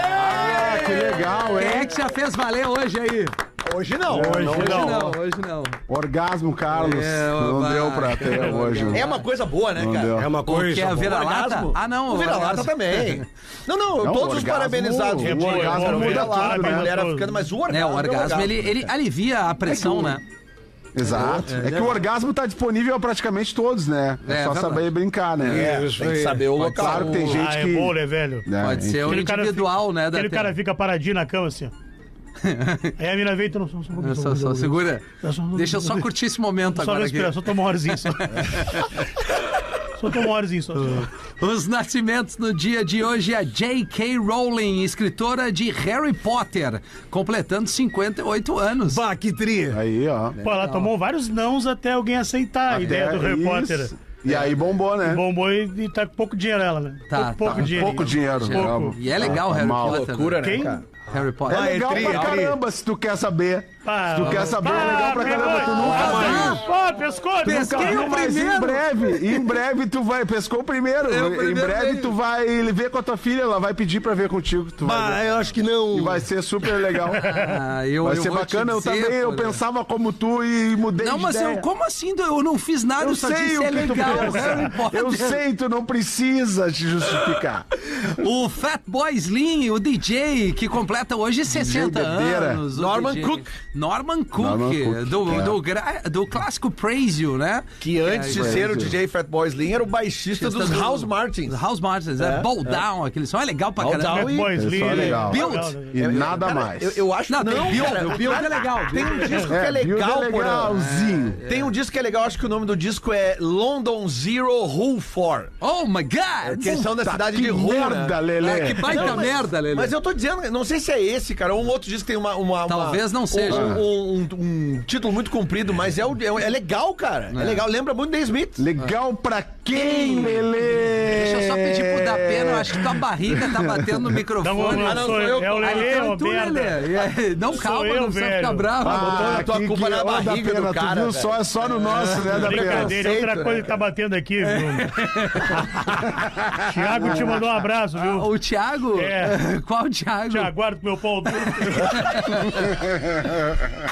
Speaker 3: Ah, que legal,
Speaker 1: Quem é
Speaker 3: hein?
Speaker 1: que já fez valer hoje aí?
Speaker 5: cara? Hoje não.
Speaker 1: Hoje
Speaker 3: Não.
Speaker 1: não,
Speaker 4: Ah,
Speaker 1: hoje não.
Speaker 3: Orgasmo, Carlos.
Speaker 1: É,
Speaker 3: não
Speaker 1: oba.
Speaker 3: deu pra ter hoje.
Speaker 5: É uma coisa boa, né,
Speaker 3: Não
Speaker 5: cara?
Speaker 3: deu.
Speaker 6: É uma
Speaker 1: Pô,
Speaker 6: coisa.
Speaker 1: quer
Speaker 6: boa.
Speaker 1: vira-lata?
Speaker 5: Orgasmo.
Speaker 1: Ah, não.
Speaker 5: O vira-lata
Speaker 1: orgasmo.
Speaker 5: também. Não, não,
Speaker 3: Não,
Speaker 5: todos os
Speaker 3: orgasmo-
Speaker 5: parabenizados.
Speaker 3: o
Speaker 5: É
Speaker 3: orgasmo
Speaker 5: muda
Speaker 3: muda
Speaker 5: lá,
Speaker 3: tudo,
Speaker 5: a
Speaker 3: né?
Speaker 5: mulher africana, mas o orgasmo.
Speaker 1: É,
Speaker 5: é
Speaker 1: o orgasmo, ele, ele alivia a pressão, né?
Speaker 3: Exato. É, que o orgasmo tá disponível a praticamente todos, né? É,
Speaker 1: É,
Speaker 3: só
Speaker 1: verdade.
Speaker 3: saber brincar, né?
Speaker 5: É, tem que saber o
Speaker 1: Pode
Speaker 5: local.
Speaker 3: Claro que tem gente
Speaker 4: Ah, é
Speaker 3: que.
Speaker 4: bom, né, velho?
Speaker 3: né,
Speaker 1: Pode
Speaker 3: enfim.
Speaker 1: ser o
Speaker 4: cara
Speaker 1: individual,
Speaker 4: fica-
Speaker 1: né? da
Speaker 4: Aquele
Speaker 1: tela.
Speaker 4: cara fica paradinho na cama, assim, ó. Aí a mina veio, então... Só, só,
Speaker 1: Eu
Speaker 4: só,
Speaker 1: Só, só segura.
Speaker 4: Eu só-
Speaker 1: Deixa eu só curtir esse momento
Speaker 4: Só
Speaker 1: agora aqui.
Speaker 4: respira, só toma um orzinho, só. só toma um orzinho, só.
Speaker 1: Os nascimentos no dia de hoje é J.K. Rowling, escritora de Harry Potter, completando 58 anos.
Speaker 7: Ah,
Speaker 6: Bah, que tri.
Speaker 3: Aí, ó. É
Speaker 4: Pô, ela tomou vários nãos até alguém aceitar a ideia do Harry Potter.
Speaker 3: Isso. E aí bombou, né?
Speaker 4: Bombou e, e tá com pouco dinheiro ela, né?
Speaker 1: Tá,
Speaker 4: pouco, pouco
Speaker 1: tá.
Speaker 4: dinheiro.
Speaker 3: Pouco dinheiro.
Speaker 4: Pouco.
Speaker 1: E é legal o Harry
Speaker 3: Mal.
Speaker 1: Potter.
Speaker 5: Loucura, né,
Speaker 4: Quem?
Speaker 5: cara?
Speaker 1: Harry
Speaker 3: É
Speaker 1: Potter.
Speaker 3: legal
Speaker 5: tri, é
Speaker 3: pra
Speaker 5: tri.
Speaker 3: caramba, se tu quer saber.
Speaker 4: Pá,
Speaker 3: Se tu quer saber, é legal pra caramba. Tu nunca viu.
Speaker 4: Ah, Pô, pescou.
Speaker 1: Pesquei
Speaker 4: nunca
Speaker 1: o
Speaker 4: viu, mas-
Speaker 3: Mas em
Speaker 1: Ah, Primeiro.
Speaker 3: breve, em breve tu vai. Pescou o primeiro.
Speaker 1: Eu, o
Speaker 3: em
Speaker 1: primeiro
Speaker 3: breve
Speaker 1: dele.
Speaker 3: tu vai ver com a tua filha, ela vai pedir pra ver contigo. Tu vai
Speaker 6: Bah,
Speaker 3: ver.
Speaker 6: eu acho que não.
Speaker 3: E vai ser super legal.
Speaker 1: Ah, eu-
Speaker 3: Vai
Speaker 1: eu
Speaker 3: ser
Speaker 1: vou te
Speaker 3: bacana. Eu
Speaker 1: dizer,
Speaker 3: também eu
Speaker 1: Porã.
Speaker 3: pensava como tu e mudei
Speaker 1: Não,
Speaker 3: de
Speaker 1: mas
Speaker 3: ideia.
Speaker 1: eu, como assim? Eu não fiz nada,
Speaker 3: Eu
Speaker 1: eu só disse
Speaker 3: sei o
Speaker 1: é
Speaker 3: que tu
Speaker 1: legal Harry
Speaker 3: pensa.
Speaker 1: Potter.
Speaker 3: Eu sei, tu não precisa te justificar.
Speaker 1: O Fatboy Slim, o DJ, que completa hoje 60
Speaker 3: Bebeira.
Speaker 1: anos. o
Speaker 5: Norman
Speaker 1: DJ.
Speaker 5: Cook.
Speaker 1: Norman Cook, eh,
Speaker 3: Norman Cook,
Speaker 1: do,
Speaker 3: é.
Speaker 1: do, gra- do clássico Praise You, né?
Speaker 5: Que antes de
Speaker 3: isso.
Speaker 5: ser o DJ Fatboy Slim, era o baixista dos
Speaker 1: Do-
Speaker 5: House Martins.
Speaker 1: Dos House Martins, é. Bow Down, aquele som é legal pra
Speaker 5: Bow
Speaker 1: caramba.
Speaker 5: Down e-
Speaker 4: Boys
Speaker 3: Isso é
Speaker 4: Lee,
Speaker 3: legal.
Speaker 4: Build.
Speaker 3: E nada mais.
Speaker 5: Eu, eu acho
Speaker 1: Não,
Speaker 5: que
Speaker 1: tem
Speaker 5: não,
Speaker 1: Build,
Speaker 5: cara.
Speaker 1: o Build é legal.
Speaker 5: Tem um disco que
Speaker 3: É,
Speaker 5: é
Speaker 3: viu?
Speaker 5: legal,
Speaker 3: é
Speaker 5: Porã.
Speaker 3: legalzinho.
Speaker 5: Tem um disco que é legal, acho que o nome do disco é London Zero Rule 4.
Speaker 1: Oh my
Speaker 5: É
Speaker 1: God!
Speaker 5: questão da cidade
Speaker 3: que
Speaker 5: de Rue,
Speaker 3: merda,
Speaker 5: né?
Speaker 3: Lelê.
Speaker 1: Ah, que baita
Speaker 5: Não, mas-
Speaker 1: merda, Lelê.
Speaker 5: Mas eu tô dizendo, não sei se é esse, cara, ou um outro disco que tem uma. uma- uma-
Speaker 1: Talvez não seja.
Speaker 5: Um, um- um título muito comprido, mas é, o- é, é legal, cara. É. legal, lembra muito The Smith.
Speaker 3: Legal pra quem, Lele?
Speaker 1: Deixa eu só pedir pro da pena, eu acho que tua barriga tá batendo no microfone.
Speaker 4: Não,
Speaker 5: Ah, não,
Speaker 4: sou
Speaker 5: sou
Speaker 4: eu.
Speaker 5: eu.
Speaker 4: É o
Speaker 5: Ah,
Speaker 1: Ah,
Speaker 4: Lelê,
Speaker 1: então
Speaker 4: ô
Speaker 1: é tu,
Speaker 4: merda.
Speaker 1: Lelê. E aí, Não,
Speaker 4: Sou
Speaker 1: calma,
Speaker 4: eu,
Speaker 1: não precisa
Speaker 4: velho.
Speaker 1: ficar bravo.
Speaker 5: Botou a tua culpa na
Speaker 3: Ah, ô, da
Speaker 5: barriga do
Speaker 3: pena,
Speaker 5: cara,
Speaker 3: Tu viu
Speaker 5: velho.
Speaker 3: só, é só no nosso, né, da pena?
Speaker 4: Brincadeira, é outra coisa que tá batendo aqui, viu? Tiago te mandou um abraço, viu?
Speaker 1: O Thiago?
Speaker 4: É.
Speaker 1: Qual o Thiago?
Speaker 4: Te aguardo com meu pau duro.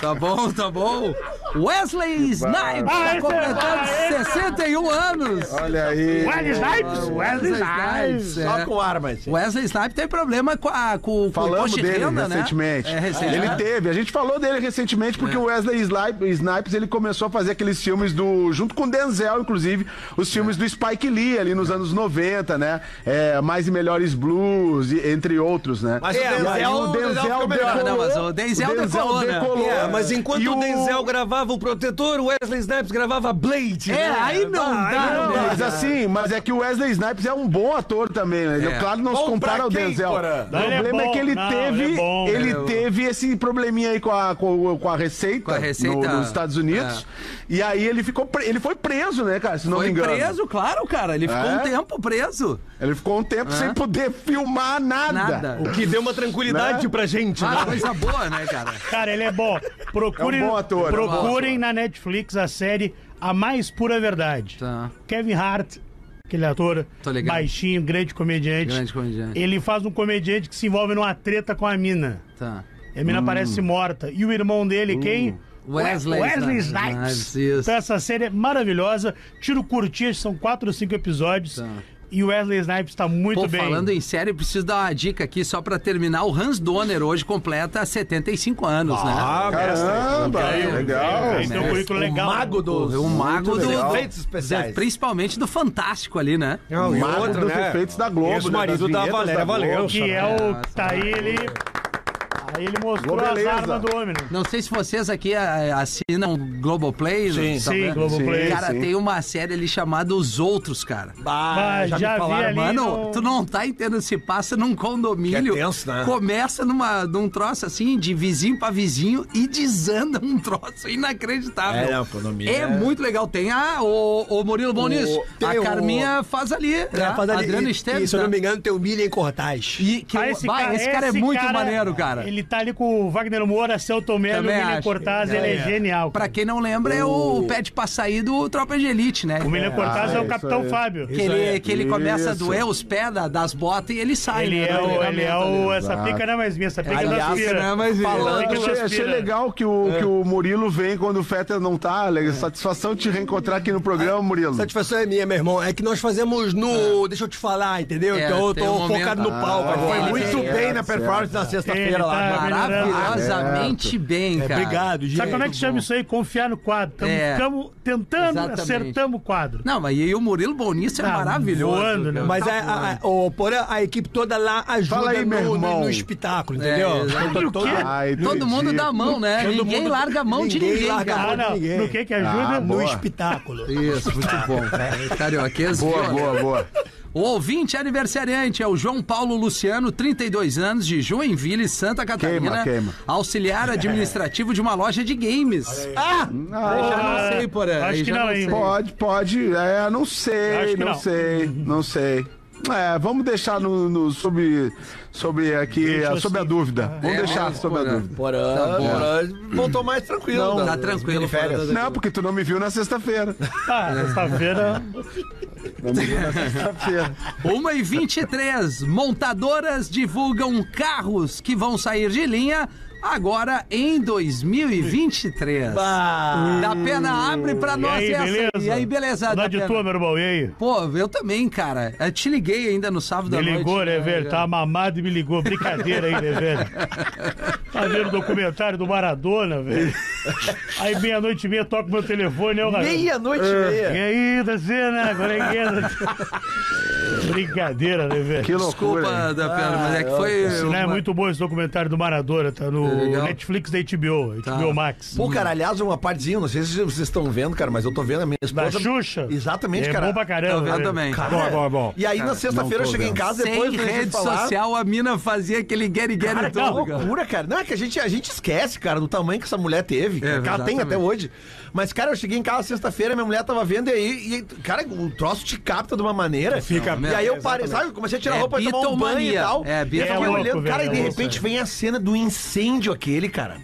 Speaker 1: Tá bom, tá bom. Wesley Snipes
Speaker 4: Ah,
Speaker 1: tá
Speaker 4: esse
Speaker 1: completando
Speaker 4: é- ah, esse-
Speaker 1: 61 anos.
Speaker 3: Olha aí.
Speaker 4: Wesley Snipes! é Wesley Snipes!
Speaker 1: é.
Speaker 5: Só com armas.
Speaker 1: Wesley Snipes tem problema com, a, com, com o
Speaker 3: Falamos
Speaker 1: imposto de
Speaker 3: dele
Speaker 1: renda, né?
Speaker 3: recentemente.
Speaker 1: É, recente.
Speaker 3: Ele teve, a gente falou dele recentemente porque o Wesley Snipe- Snipes ele começou a fazer aqueles filmes do. junto com Denzel, inclusive,
Speaker 1: É.
Speaker 3: os filmes do Spike Lee ali nos anos 90, né? É, Mais e Melhores Blues, e- entre outros, né?
Speaker 5: Mas
Speaker 3: E
Speaker 5: o
Speaker 3: aí
Speaker 5: Denzel-
Speaker 3: o
Speaker 5: o Denzel
Speaker 3: Denzel
Speaker 5: ficou melhor.
Speaker 3: decolou,
Speaker 1: Não, mas o Denzel decolou, né?
Speaker 6: É, mas enquanto
Speaker 3: E
Speaker 6: o Denzel gravava o protetor, o Wesley Snipes gravava Blade.
Speaker 1: É, aí não
Speaker 6: Ah,
Speaker 1: dá,
Speaker 3: Não,
Speaker 1: né?
Speaker 3: mas assim, mas é que o Wesley Snipes é um bom ator também, né? Ele,
Speaker 1: É.
Speaker 3: Claro, não se
Speaker 5: Bom
Speaker 3: compara
Speaker 5: pra
Speaker 3: ao
Speaker 5: quem,
Speaker 3: Denzel.
Speaker 5: Porã?
Speaker 3: O
Speaker 4: Não, ele é
Speaker 3: problema é,
Speaker 4: bom.
Speaker 3: que ele
Speaker 4: Não,
Speaker 3: teve,
Speaker 4: ele é
Speaker 3: ele,
Speaker 4: bom.
Speaker 1: É, eu-
Speaker 3: teve esse probleminha aí com a, com, com a receita,
Speaker 1: Com a receita, é.
Speaker 3: no- nos Estados Unidos. E aí ele ficou, pre- ele foi preso, né, cara? Se não me
Speaker 1: Foi
Speaker 3: engano.
Speaker 1: preso, claro, cara. Ele ficou
Speaker 3: É?
Speaker 1: um tempo preso.
Speaker 3: Ele ficou um tempo sem poder filmar nada.
Speaker 1: Nada.
Speaker 6: O que deu uma tranquilidade pra gente,
Speaker 1: Ah,
Speaker 6: né?
Speaker 1: coisa boa, né, cara?
Speaker 4: Cara, ele é bom. Procurem,
Speaker 3: É um bom ator, é um
Speaker 4: procurem na Netflix a série A Mais Pura Verdade.
Speaker 1: Tá.
Speaker 4: Kevin Hart aquele ator
Speaker 1: Tô ligado.
Speaker 4: baixinho, grande comediante.
Speaker 1: Grande comediante.
Speaker 4: Ele faz um comediante que se envolve numa treta com a mina.
Speaker 1: Tá.
Speaker 4: E a mina aparece morta. E o irmão dele, quem?
Speaker 1: Hum. Wesley
Speaker 4: Wesley
Speaker 1: Snipes. Ah,
Speaker 4: Snipes.
Speaker 1: Isso.
Speaker 4: Então essa série é maravilhosa. Tiro curtir, são quatro ou cinco episódios.
Speaker 1: Tá.
Speaker 4: E o Wesley Snipes tá muito
Speaker 1: Pô,
Speaker 4: bem.
Speaker 1: falando em sério, eu preciso dar uma dica aqui só pra terminar. O Hans Donner hoje completa 75 anos, né?
Speaker 3: Caramba,
Speaker 1: Incrível.
Speaker 3: legal.
Speaker 4: Ele tem um
Speaker 1: Mestre,
Speaker 4: currículo legal.
Speaker 5: mago dos...
Speaker 1: é O mago
Speaker 5: Muito
Speaker 1: do,
Speaker 5: legal.
Speaker 1: do-
Speaker 5: Efeitos especiais.
Speaker 1: principalmente do Fantástico ali, né?
Speaker 6: Não, e
Speaker 3: Mago
Speaker 6: outra,
Speaker 3: dos
Speaker 6: né?
Speaker 3: efeitos da Globo,
Speaker 6: Esse
Speaker 3: né?
Speaker 6: marido
Speaker 3: Das
Speaker 6: da
Speaker 3: vinhetas
Speaker 6: Valéria
Speaker 3: da Globo.
Speaker 6: Valença.
Speaker 4: Que é o. Tá aí ele. Aí ele mostrou
Speaker 3: né? Ô,
Speaker 4: as
Speaker 3: beleza.
Speaker 4: armas do homem. né?
Speaker 1: Não sei se vocês aqui ah, assinam Globoplay. Sim,
Speaker 4: Sim, Globoplay.
Speaker 3: Sim.
Speaker 4: Play.
Speaker 1: Cara, tem uma série ali chamada Os Outros, cara.
Speaker 5: Ah,
Speaker 4: Ah,
Speaker 5: já,
Speaker 4: já
Speaker 5: me
Speaker 4: vi
Speaker 5: falaram,
Speaker 4: ali.
Speaker 5: mano.
Speaker 1: Mano,
Speaker 4: não-
Speaker 1: tu não tá entendendo, se passa num condomínio.
Speaker 5: Que é tenso, né?
Speaker 1: Começa numa, num troço assim, de vizinho pra vizinho e desanda um troço inacreditável.
Speaker 5: É, não, condomínio
Speaker 1: É,
Speaker 5: é-
Speaker 1: muito legal. Tem a, o, o Murilo Bom nisso.
Speaker 7: tem
Speaker 1: A
Speaker 7: o-
Speaker 1: Carminha faz ali. né?
Speaker 7: É, faz ali-
Speaker 1: Adriano
Speaker 7: e-
Speaker 1: Esteves.
Speaker 7: E, se eu não
Speaker 1: né?
Speaker 7: me engano, tem o Miriam Cortaz.
Speaker 1: E que
Speaker 4: Ah,
Speaker 1: eu- bah, esse cara é
Speaker 4: esse
Speaker 1: muito
Speaker 4: cara-
Speaker 1: maneiro, cara.
Speaker 4: Ele tá ali com o Wagner Moura, Celto Tomé, o
Speaker 1: Também
Speaker 4: William
Speaker 1: acho.
Speaker 4: Cortaz,
Speaker 1: É,
Speaker 4: ele é,
Speaker 1: é.
Speaker 4: genial.
Speaker 1: Pra
Speaker 4: cara.
Speaker 1: quem não lembra, é o pé de passaí do Tropa de Elite, né?
Speaker 4: O William Cortaz
Speaker 3: Ah,
Speaker 4: é, o
Speaker 3: isso
Speaker 4: Capitão
Speaker 3: aí.
Speaker 4: Fábio.
Speaker 1: Que ele, que ele começa a
Speaker 3: Isso.
Speaker 1: doer os pés da- das botas e ele sai.
Speaker 4: Ele
Speaker 1: né,
Speaker 4: é
Speaker 1: do
Speaker 4: o. Ele é o.
Speaker 1: treinamento ali.
Speaker 4: Essa pica não é mais minha, essa pica é da
Speaker 5: Aliás,
Speaker 4: Fira.
Speaker 1: né, mas ele-
Speaker 5: Falando-
Speaker 4: Pica
Speaker 3: Achei,
Speaker 4: das
Speaker 3: achei
Speaker 4: Fira.
Speaker 3: legal que o, que o Murilo vem quando o Fetter não tá. Ale- Satisfação te reencontrar aqui no programa, Murilo.
Speaker 7: Satisfação é minha, meu irmão. É que nós fazemos
Speaker 6: Ah.
Speaker 7: no. Deixa eu te falar, entendeu?
Speaker 1: É,
Speaker 7: então eu
Speaker 1: tem um
Speaker 7: tô
Speaker 1: momento-
Speaker 7: focado no palco.
Speaker 3: Ah,
Speaker 7: agora.
Speaker 5: Foi
Speaker 1: Ele
Speaker 5: muito
Speaker 3: é,
Speaker 5: bem na
Speaker 3: certo.
Speaker 5: performance da
Speaker 4: Ele
Speaker 5: sexta-feira lá.
Speaker 1: né,
Speaker 4: tá-
Speaker 5: maravilhoso.
Speaker 1: Maravilhosamente bem,
Speaker 7: É,
Speaker 1: cara.
Speaker 7: obrigado, gente.
Speaker 4: Sabe como é que chama isso aí? Confiar no quadro. Tamo,
Speaker 1: É.
Speaker 4: ficamos tentando,
Speaker 1: Exatamente.
Speaker 4: acertamos o quadro.
Speaker 1: Não, mas e o Murilo Bonissa é
Speaker 4: Tá
Speaker 1: maravilhoso.
Speaker 4: voando,
Speaker 1: cara.
Speaker 4: né?
Speaker 7: Mas
Speaker 1: Tá
Speaker 6: é,
Speaker 7: a, a, a, ô, porra, a equipe toda lá ajuda
Speaker 3: Fala aí,
Speaker 7: no,
Speaker 3: meu
Speaker 7: no-
Speaker 3: irmão.
Speaker 7: no espetáculo,
Speaker 1: É,
Speaker 7: entendeu?
Speaker 1: exato.
Speaker 7: Todo- todo-
Speaker 3: Ai,
Speaker 1: Tá Todo
Speaker 3: entendi.
Speaker 1: mundo dá a mão, né?
Speaker 7: Todo
Speaker 1: ninguém
Speaker 7: mundo-
Speaker 1: larga a mão de
Speaker 7: ninguém
Speaker 1: ninguém,
Speaker 7: larga a
Speaker 1: cara.
Speaker 4: Ah, não.
Speaker 7: ninguém.
Speaker 4: No que que ajuda?
Speaker 3: Ah,
Speaker 7: no
Speaker 3: boa.
Speaker 7: espetáculo.
Speaker 1: Isso, muito bom. Carioquês.
Speaker 3: Boa,
Speaker 1: violento.
Speaker 3: boa, boa.
Speaker 1: O ouvinte aniversariante é o João Paulo Luciano, 32 anos, de Joinville, Santa Catarina.
Speaker 3: Queima, queima.
Speaker 1: Auxiliar administrativo de uma loja de games. Ah! aí já não sei, Porã.
Speaker 4: Ah, acho
Speaker 1: aí
Speaker 4: que
Speaker 1: já
Speaker 4: não, hein?
Speaker 1: sei.
Speaker 3: Pode, pode. É, não
Speaker 4: Acho
Speaker 3: sei,
Speaker 4: que
Speaker 3: não,
Speaker 4: não.
Speaker 3: sei, não sei. É, vamos deixar no, no- sobre, sobre aqui,
Speaker 4: Deixa
Speaker 3: sobre a
Speaker 4: assim.
Speaker 3: dúvida. Vamos
Speaker 1: É,
Speaker 3: deixar
Speaker 1: mesmo,
Speaker 3: sobre a
Speaker 1: Porã.
Speaker 3: dúvida.
Speaker 5: Porã, Porã voltou mais tranquilo.
Speaker 1: É.
Speaker 5: né?
Speaker 1: Não,
Speaker 5: da-
Speaker 1: tá
Speaker 5: das
Speaker 1: tranquilo,
Speaker 5: periférias.
Speaker 1: Porã.
Speaker 3: Não, porque tu não me viu na sexta-feira.
Speaker 4: Ah,
Speaker 1: É.
Speaker 4: sexta-feira.
Speaker 3: Não me viu na sexta-feira.
Speaker 1: 1 e 23, montadoras divulgam carros que vão sair de linha agora em 2023.
Speaker 6: Ah,
Speaker 1: Da Pena abre pra
Speaker 4: E
Speaker 1: nós
Speaker 4: aí,
Speaker 1: essa.
Speaker 4: beleza?
Speaker 1: E aí, beleza, Tá
Speaker 4: Dá
Speaker 1: Da
Speaker 4: de
Speaker 1: Pena.
Speaker 4: tua, meu irmão. E aí?
Speaker 1: Pô, eu também, cara. Eu te liguei ainda no sábado
Speaker 4: Me
Speaker 1: à noite.
Speaker 4: ligou, né, velho?
Speaker 1: cara?
Speaker 4: Tava mamado e me ligou. Brincadeira aí, né, velho? Tá vendo o documentário do Maradona, velho? Aí meia-noite e meia toco meu telefone, eu É,
Speaker 5: Meia-noite e
Speaker 4: E
Speaker 5: meia.
Speaker 4: aí, é Dazena? Coleguinha. Brincadeira, né, velho?
Speaker 3: Que loucura.
Speaker 1: Desculpa, da Pena, mas é que foi.
Speaker 4: Isso não é muito bom esse documentário do Maradona, tá no
Speaker 1: É legal.
Speaker 4: Netflix da HBO,
Speaker 1: Tá.
Speaker 4: HBO Max.
Speaker 5: Pô, cara, aliás, uma partezinha, não sei se vocês estão vendo, cara, mas eu tô vendo a minha
Speaker 4: da
Speaker 5: esposa.
Speaker 4: Xuxa.
Speaker 5: Exatamente,
Speaker 4: é
Speaker 5: cara.
Speaker 4: bom pra
Speaker 1: Eu
Speaker 4: caramba.
Speaker 1: vi
Speaker 4: velho.
Speaker 1: também.
Speaker 5: Cara,
Speaker 6: bom, bom.
Speaker 5: E aí, na sexta-feira, eu cheguei em casa depois
Speaker 1: Sem
Speaker 5: do
Speaker 1: rede social, a mina fazia aquele get get
Speaker 5: Cara, que
Speaker 1: todo, então, cara.
Speaker 5: loucura, cara. Não, é que a gente, a gente esquece, cara, do tamanho que essa mulher teve. cara.
Speaker 1: É,
Speaker 5: que ela tem
Speaker 1: exatamente.
Speaker 5: até hoje. Mas, cara, eu cheguei em casa sexta-feira, minha mulher tava vendo e aí, e, cara, o troço te capta de uma maneira.
Speaker 6: Fica-
Speaker 5: E aí eu parei, sabe? Eu Comecei a tirar
Speaker 1: É
Speaker 5: a roupa, tomar um banho e
Speaker 1: bitomania.
Speaker 5: tal.
Speaker 1: É,
Speaker 5: e eu fiquei
Speaker 4: bitomania. É
Speaker 5: olhando,
Speaker 4: louco,
Speaker 5: cara, e
Speaker 4: velho,
Speaker 5: de
Speaker 4: é
Speaker 5: repente vem a cena do incêndio aquele, cara.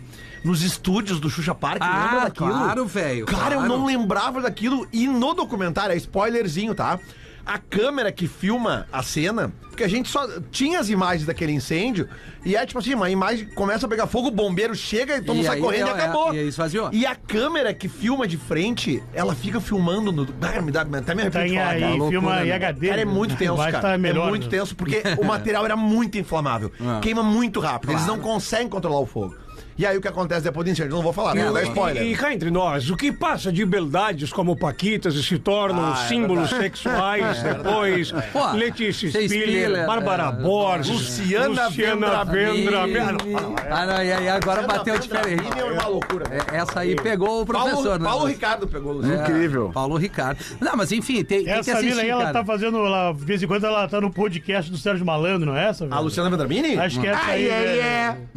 Speaker 5: Nos estúdios do Xuxa Park, lembra
Speaker 1: Ah,
Speaker 5: daquilo?
Speaker 1: claro, velho.
Speaker 5: Cara, eu
Speaker 1: claro.
Speaker 5: não lembrava daquilo. E no documentário, é spoilerzinho, tá? A câmera que filma a cena, porque a gente só tinha as imagens daquele incêndio, e é tipo assim, uma imagem começa a pegar fogo, o bombeiro chega e
Speaker 1: E
Speaker 5: todo mundo sai
Speaker 1: aí,
Speaker 5: correndo
Speaker 1: é,
Speaker 5: e acabou.
Speaker 1: é, e aí esvaziou.
Speaker 5: E a câmera que filma de frente, ela fica filmando no. Ah, me dá, até
Speaker 6: É
Speaker 5: me arrepio
Speaker 4: Tá
Speaker 5: de
Speaker 4: em
Speaker 5: falar,
Speaker 4: aí,
Speaker 5: cara.
Speaker 4: filma
Speaker 6: né?
Speaker 4: em HD.
Speaker 5: Cara, é muito tenso,
Speaker 4: Vai
Speaker 5: cara.
Speaker 4: tá melhor,
Speaker 5: é muito
Speaker 4: né?
Speaker 5: tenso, porque o material era muito inflamável.
Speaker 1: Ah.
Speaker 5: Queima muito rápido. Eles não conseguem controlar o fogo. E aí o que acontece depois do incêndio? Não vou falar, né? não, vou dar spoiler.
Speaker 6: E, e cá entre nós, o que passa de beldades como paquitas e se tornam
Speaker 5: Ah, é
Speaker 6: símbolos sexuais depois?
Speaker 1: Pô,
Speaker 6: Letícia
Speaker 1: tem
Speaker 6: Spiller,
Speaker 1: Spiller,
Speaker 6: Bárbara
Speaker 1: é,
Speaker 6: Borges,
Speaker 5: Luciana Vendra
Speaker 6: Vendra-
Speaker 1: E- Ah, não, tá e aí agora bateu diferente.
Speaker 5: É uma loucura.
Speaker 1: É, Essa aí pegou o
Speaker 5: Paulo,
Speaker 1: professor, né? É,
Speaker 5: Paulo Ricardo pegou o Luciano.
Speaker 3: Incrível.
Speaker 1: Paulo Ricardo. Não, mas enfim, tem, tem que
Speaker 4: Essa mina aí,
Speaker 1: assistir,
Speaker 4: ela
Speaker 1: cara.
Speaker 4: tá fazendo. Ela, de vez em quando
Speaker 5: Ah,
Speaker 4: ela tá no podcast do Sérgio Malandro, não é essa? velho?
Speaker 5: A Luciana Vendramini?
Speaker 4: Acho que é essa aí. velho.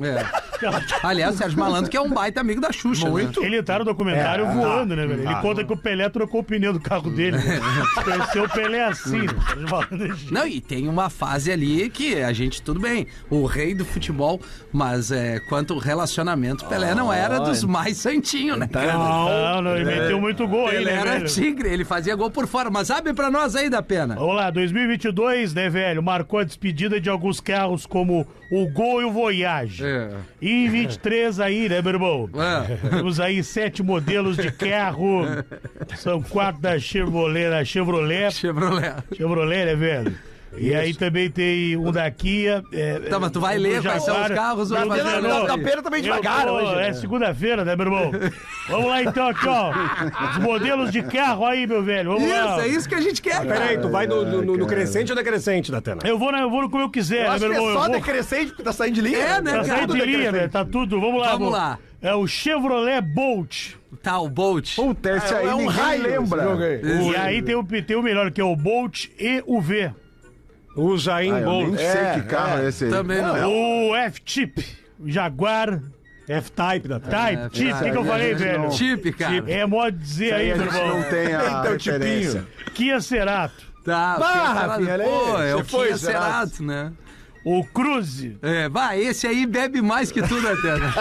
Speaker 1: É. Aliás, Sérgio Malandro, que é um baita amigo da Xuxa. né?
Speaker 4: Ele tá no documentário
Speaker 6: É,
Speaker 4: voando,
Speaker 6: tá,
Speaker 4: né, velho? Ele
Speaker 6: tá.
Speaker 4: conta que o Pelé trocou o pneu do carro dele. né? Conheceu o Pelé assim. né?
Speaker 1: Não, e tem uma fase ali que a gente, tudo bem, o rei do futebol, mas é, quanto ao relacionamento, Pelé não era dos mais santinhos, né?
Speaker 4: Não, não, ele meteu muito gol aí,
Speaker 1: Ele
Speaker 4: né,
Speaker 1: era
Speaker 4: velho?
Speaker 1: tigre, ele fazia gol por fora, mas abre pra nós aí da pena.
Speaker 4: Vamos lá, 2022, né, velho? Marcou a despedida de alguns carros como o Gol e o Voyage.
Speaker 1: É.
Speaker 4: E em 23 aí, né, meu irmão?
Speaker 1: É.
Speaker 4: Temos aí sete modelos de carro. São quatro da Chevrolet, da Chevrolet.
Speaker 1: Chevrolet.
Speaker 4: Chevrolet, né, velho? E aí também tem um da Kia. É,
Speaker 1: Tá, mas tu vai ler quais são os carros, vai fazer
Speaker 4: fazer
Speaker 1: a nota.
Speaker 4: da
Speaker 5: tá
Speaker 4: pena também devagar hoje. É segunda-feira, né, meu irmão? Vamos lá então, aqui, ó. Os modelos de carro aí, meu velho. Vamos
Speaker 1: Isso,
Speaker 4: lá.
Speaker 1: é isso que a gente quer, cara.
Speaker 6: Peraí, tu vai no, no- no crescente ou decrescente, Datena?
Speaker 4: Eu vou, na- eu vou no como eu quiser, né,
Speaker 5: Acho
Speaker 4: meu
Speaker 5: que é
Speaker 4: irmão?
Speaker 5: só
Speaker 4: eu vou...
Speaker 5: decrescente, porque tá saindo de linha.
Speaker 1: É, né,
Speaker 4: Tá
Speaker 1: cara?
Speaker 4: saindo de linha, velho. Tá tudo. Vamos lá,
Speaker 1: Vamos
Speaker 4: vamos
Speaker 1: lá.
Speaker 4: É o Chevrolet Bolt.
Speaker 1: Tá, o Bolt.
Speaker 3: Puta, esse aí ninguém lembra.
Speaker 4: e aí tem o, tem o melhor, que é o Bolt EUV.
Speaker 6: O Jaim
Speaker 3: Ah, eu
Speaker 6: Bolt.
Speaker 3: nem sei que carro é esse aí.
Speaker 1: Também não.
Speaker 4: O F-Tip. Jaguar
Speaker 6: F-Type, Datena.
Speaker 4: Type. Tip, o que, que eu falei, velho?
Speaker 1: Chip, cara.
Speaker 4: Tip. É mó dizer
Speaker 3: Aí
Speaker 4: aí,
Speaker 3: a
Speaker 4: meu
Speaker 3: gente
Speaker 4: irmão.
Speaker 3: não tem a
Speaker 5: Então,
Speaker 3: referência.
Speaker 4: Kia Cerato.
Speaker 1: Tá, o
Speaker 5: Bah,
Speaker 1: Kia Cerato.
Speaker 5: Rafinha, olha
Speaker 1: Pô,
Speaker 5: aí,
Speaker 1: é o
Speaker 5: você foi,
Speaker 1: Kia
Speaker 5: Cerato.
Speaker 1: Cerato, né?
Speaker 4: O Cruze.
Speaker 1: É, vai, esse aí bebe mais que tudo até, né?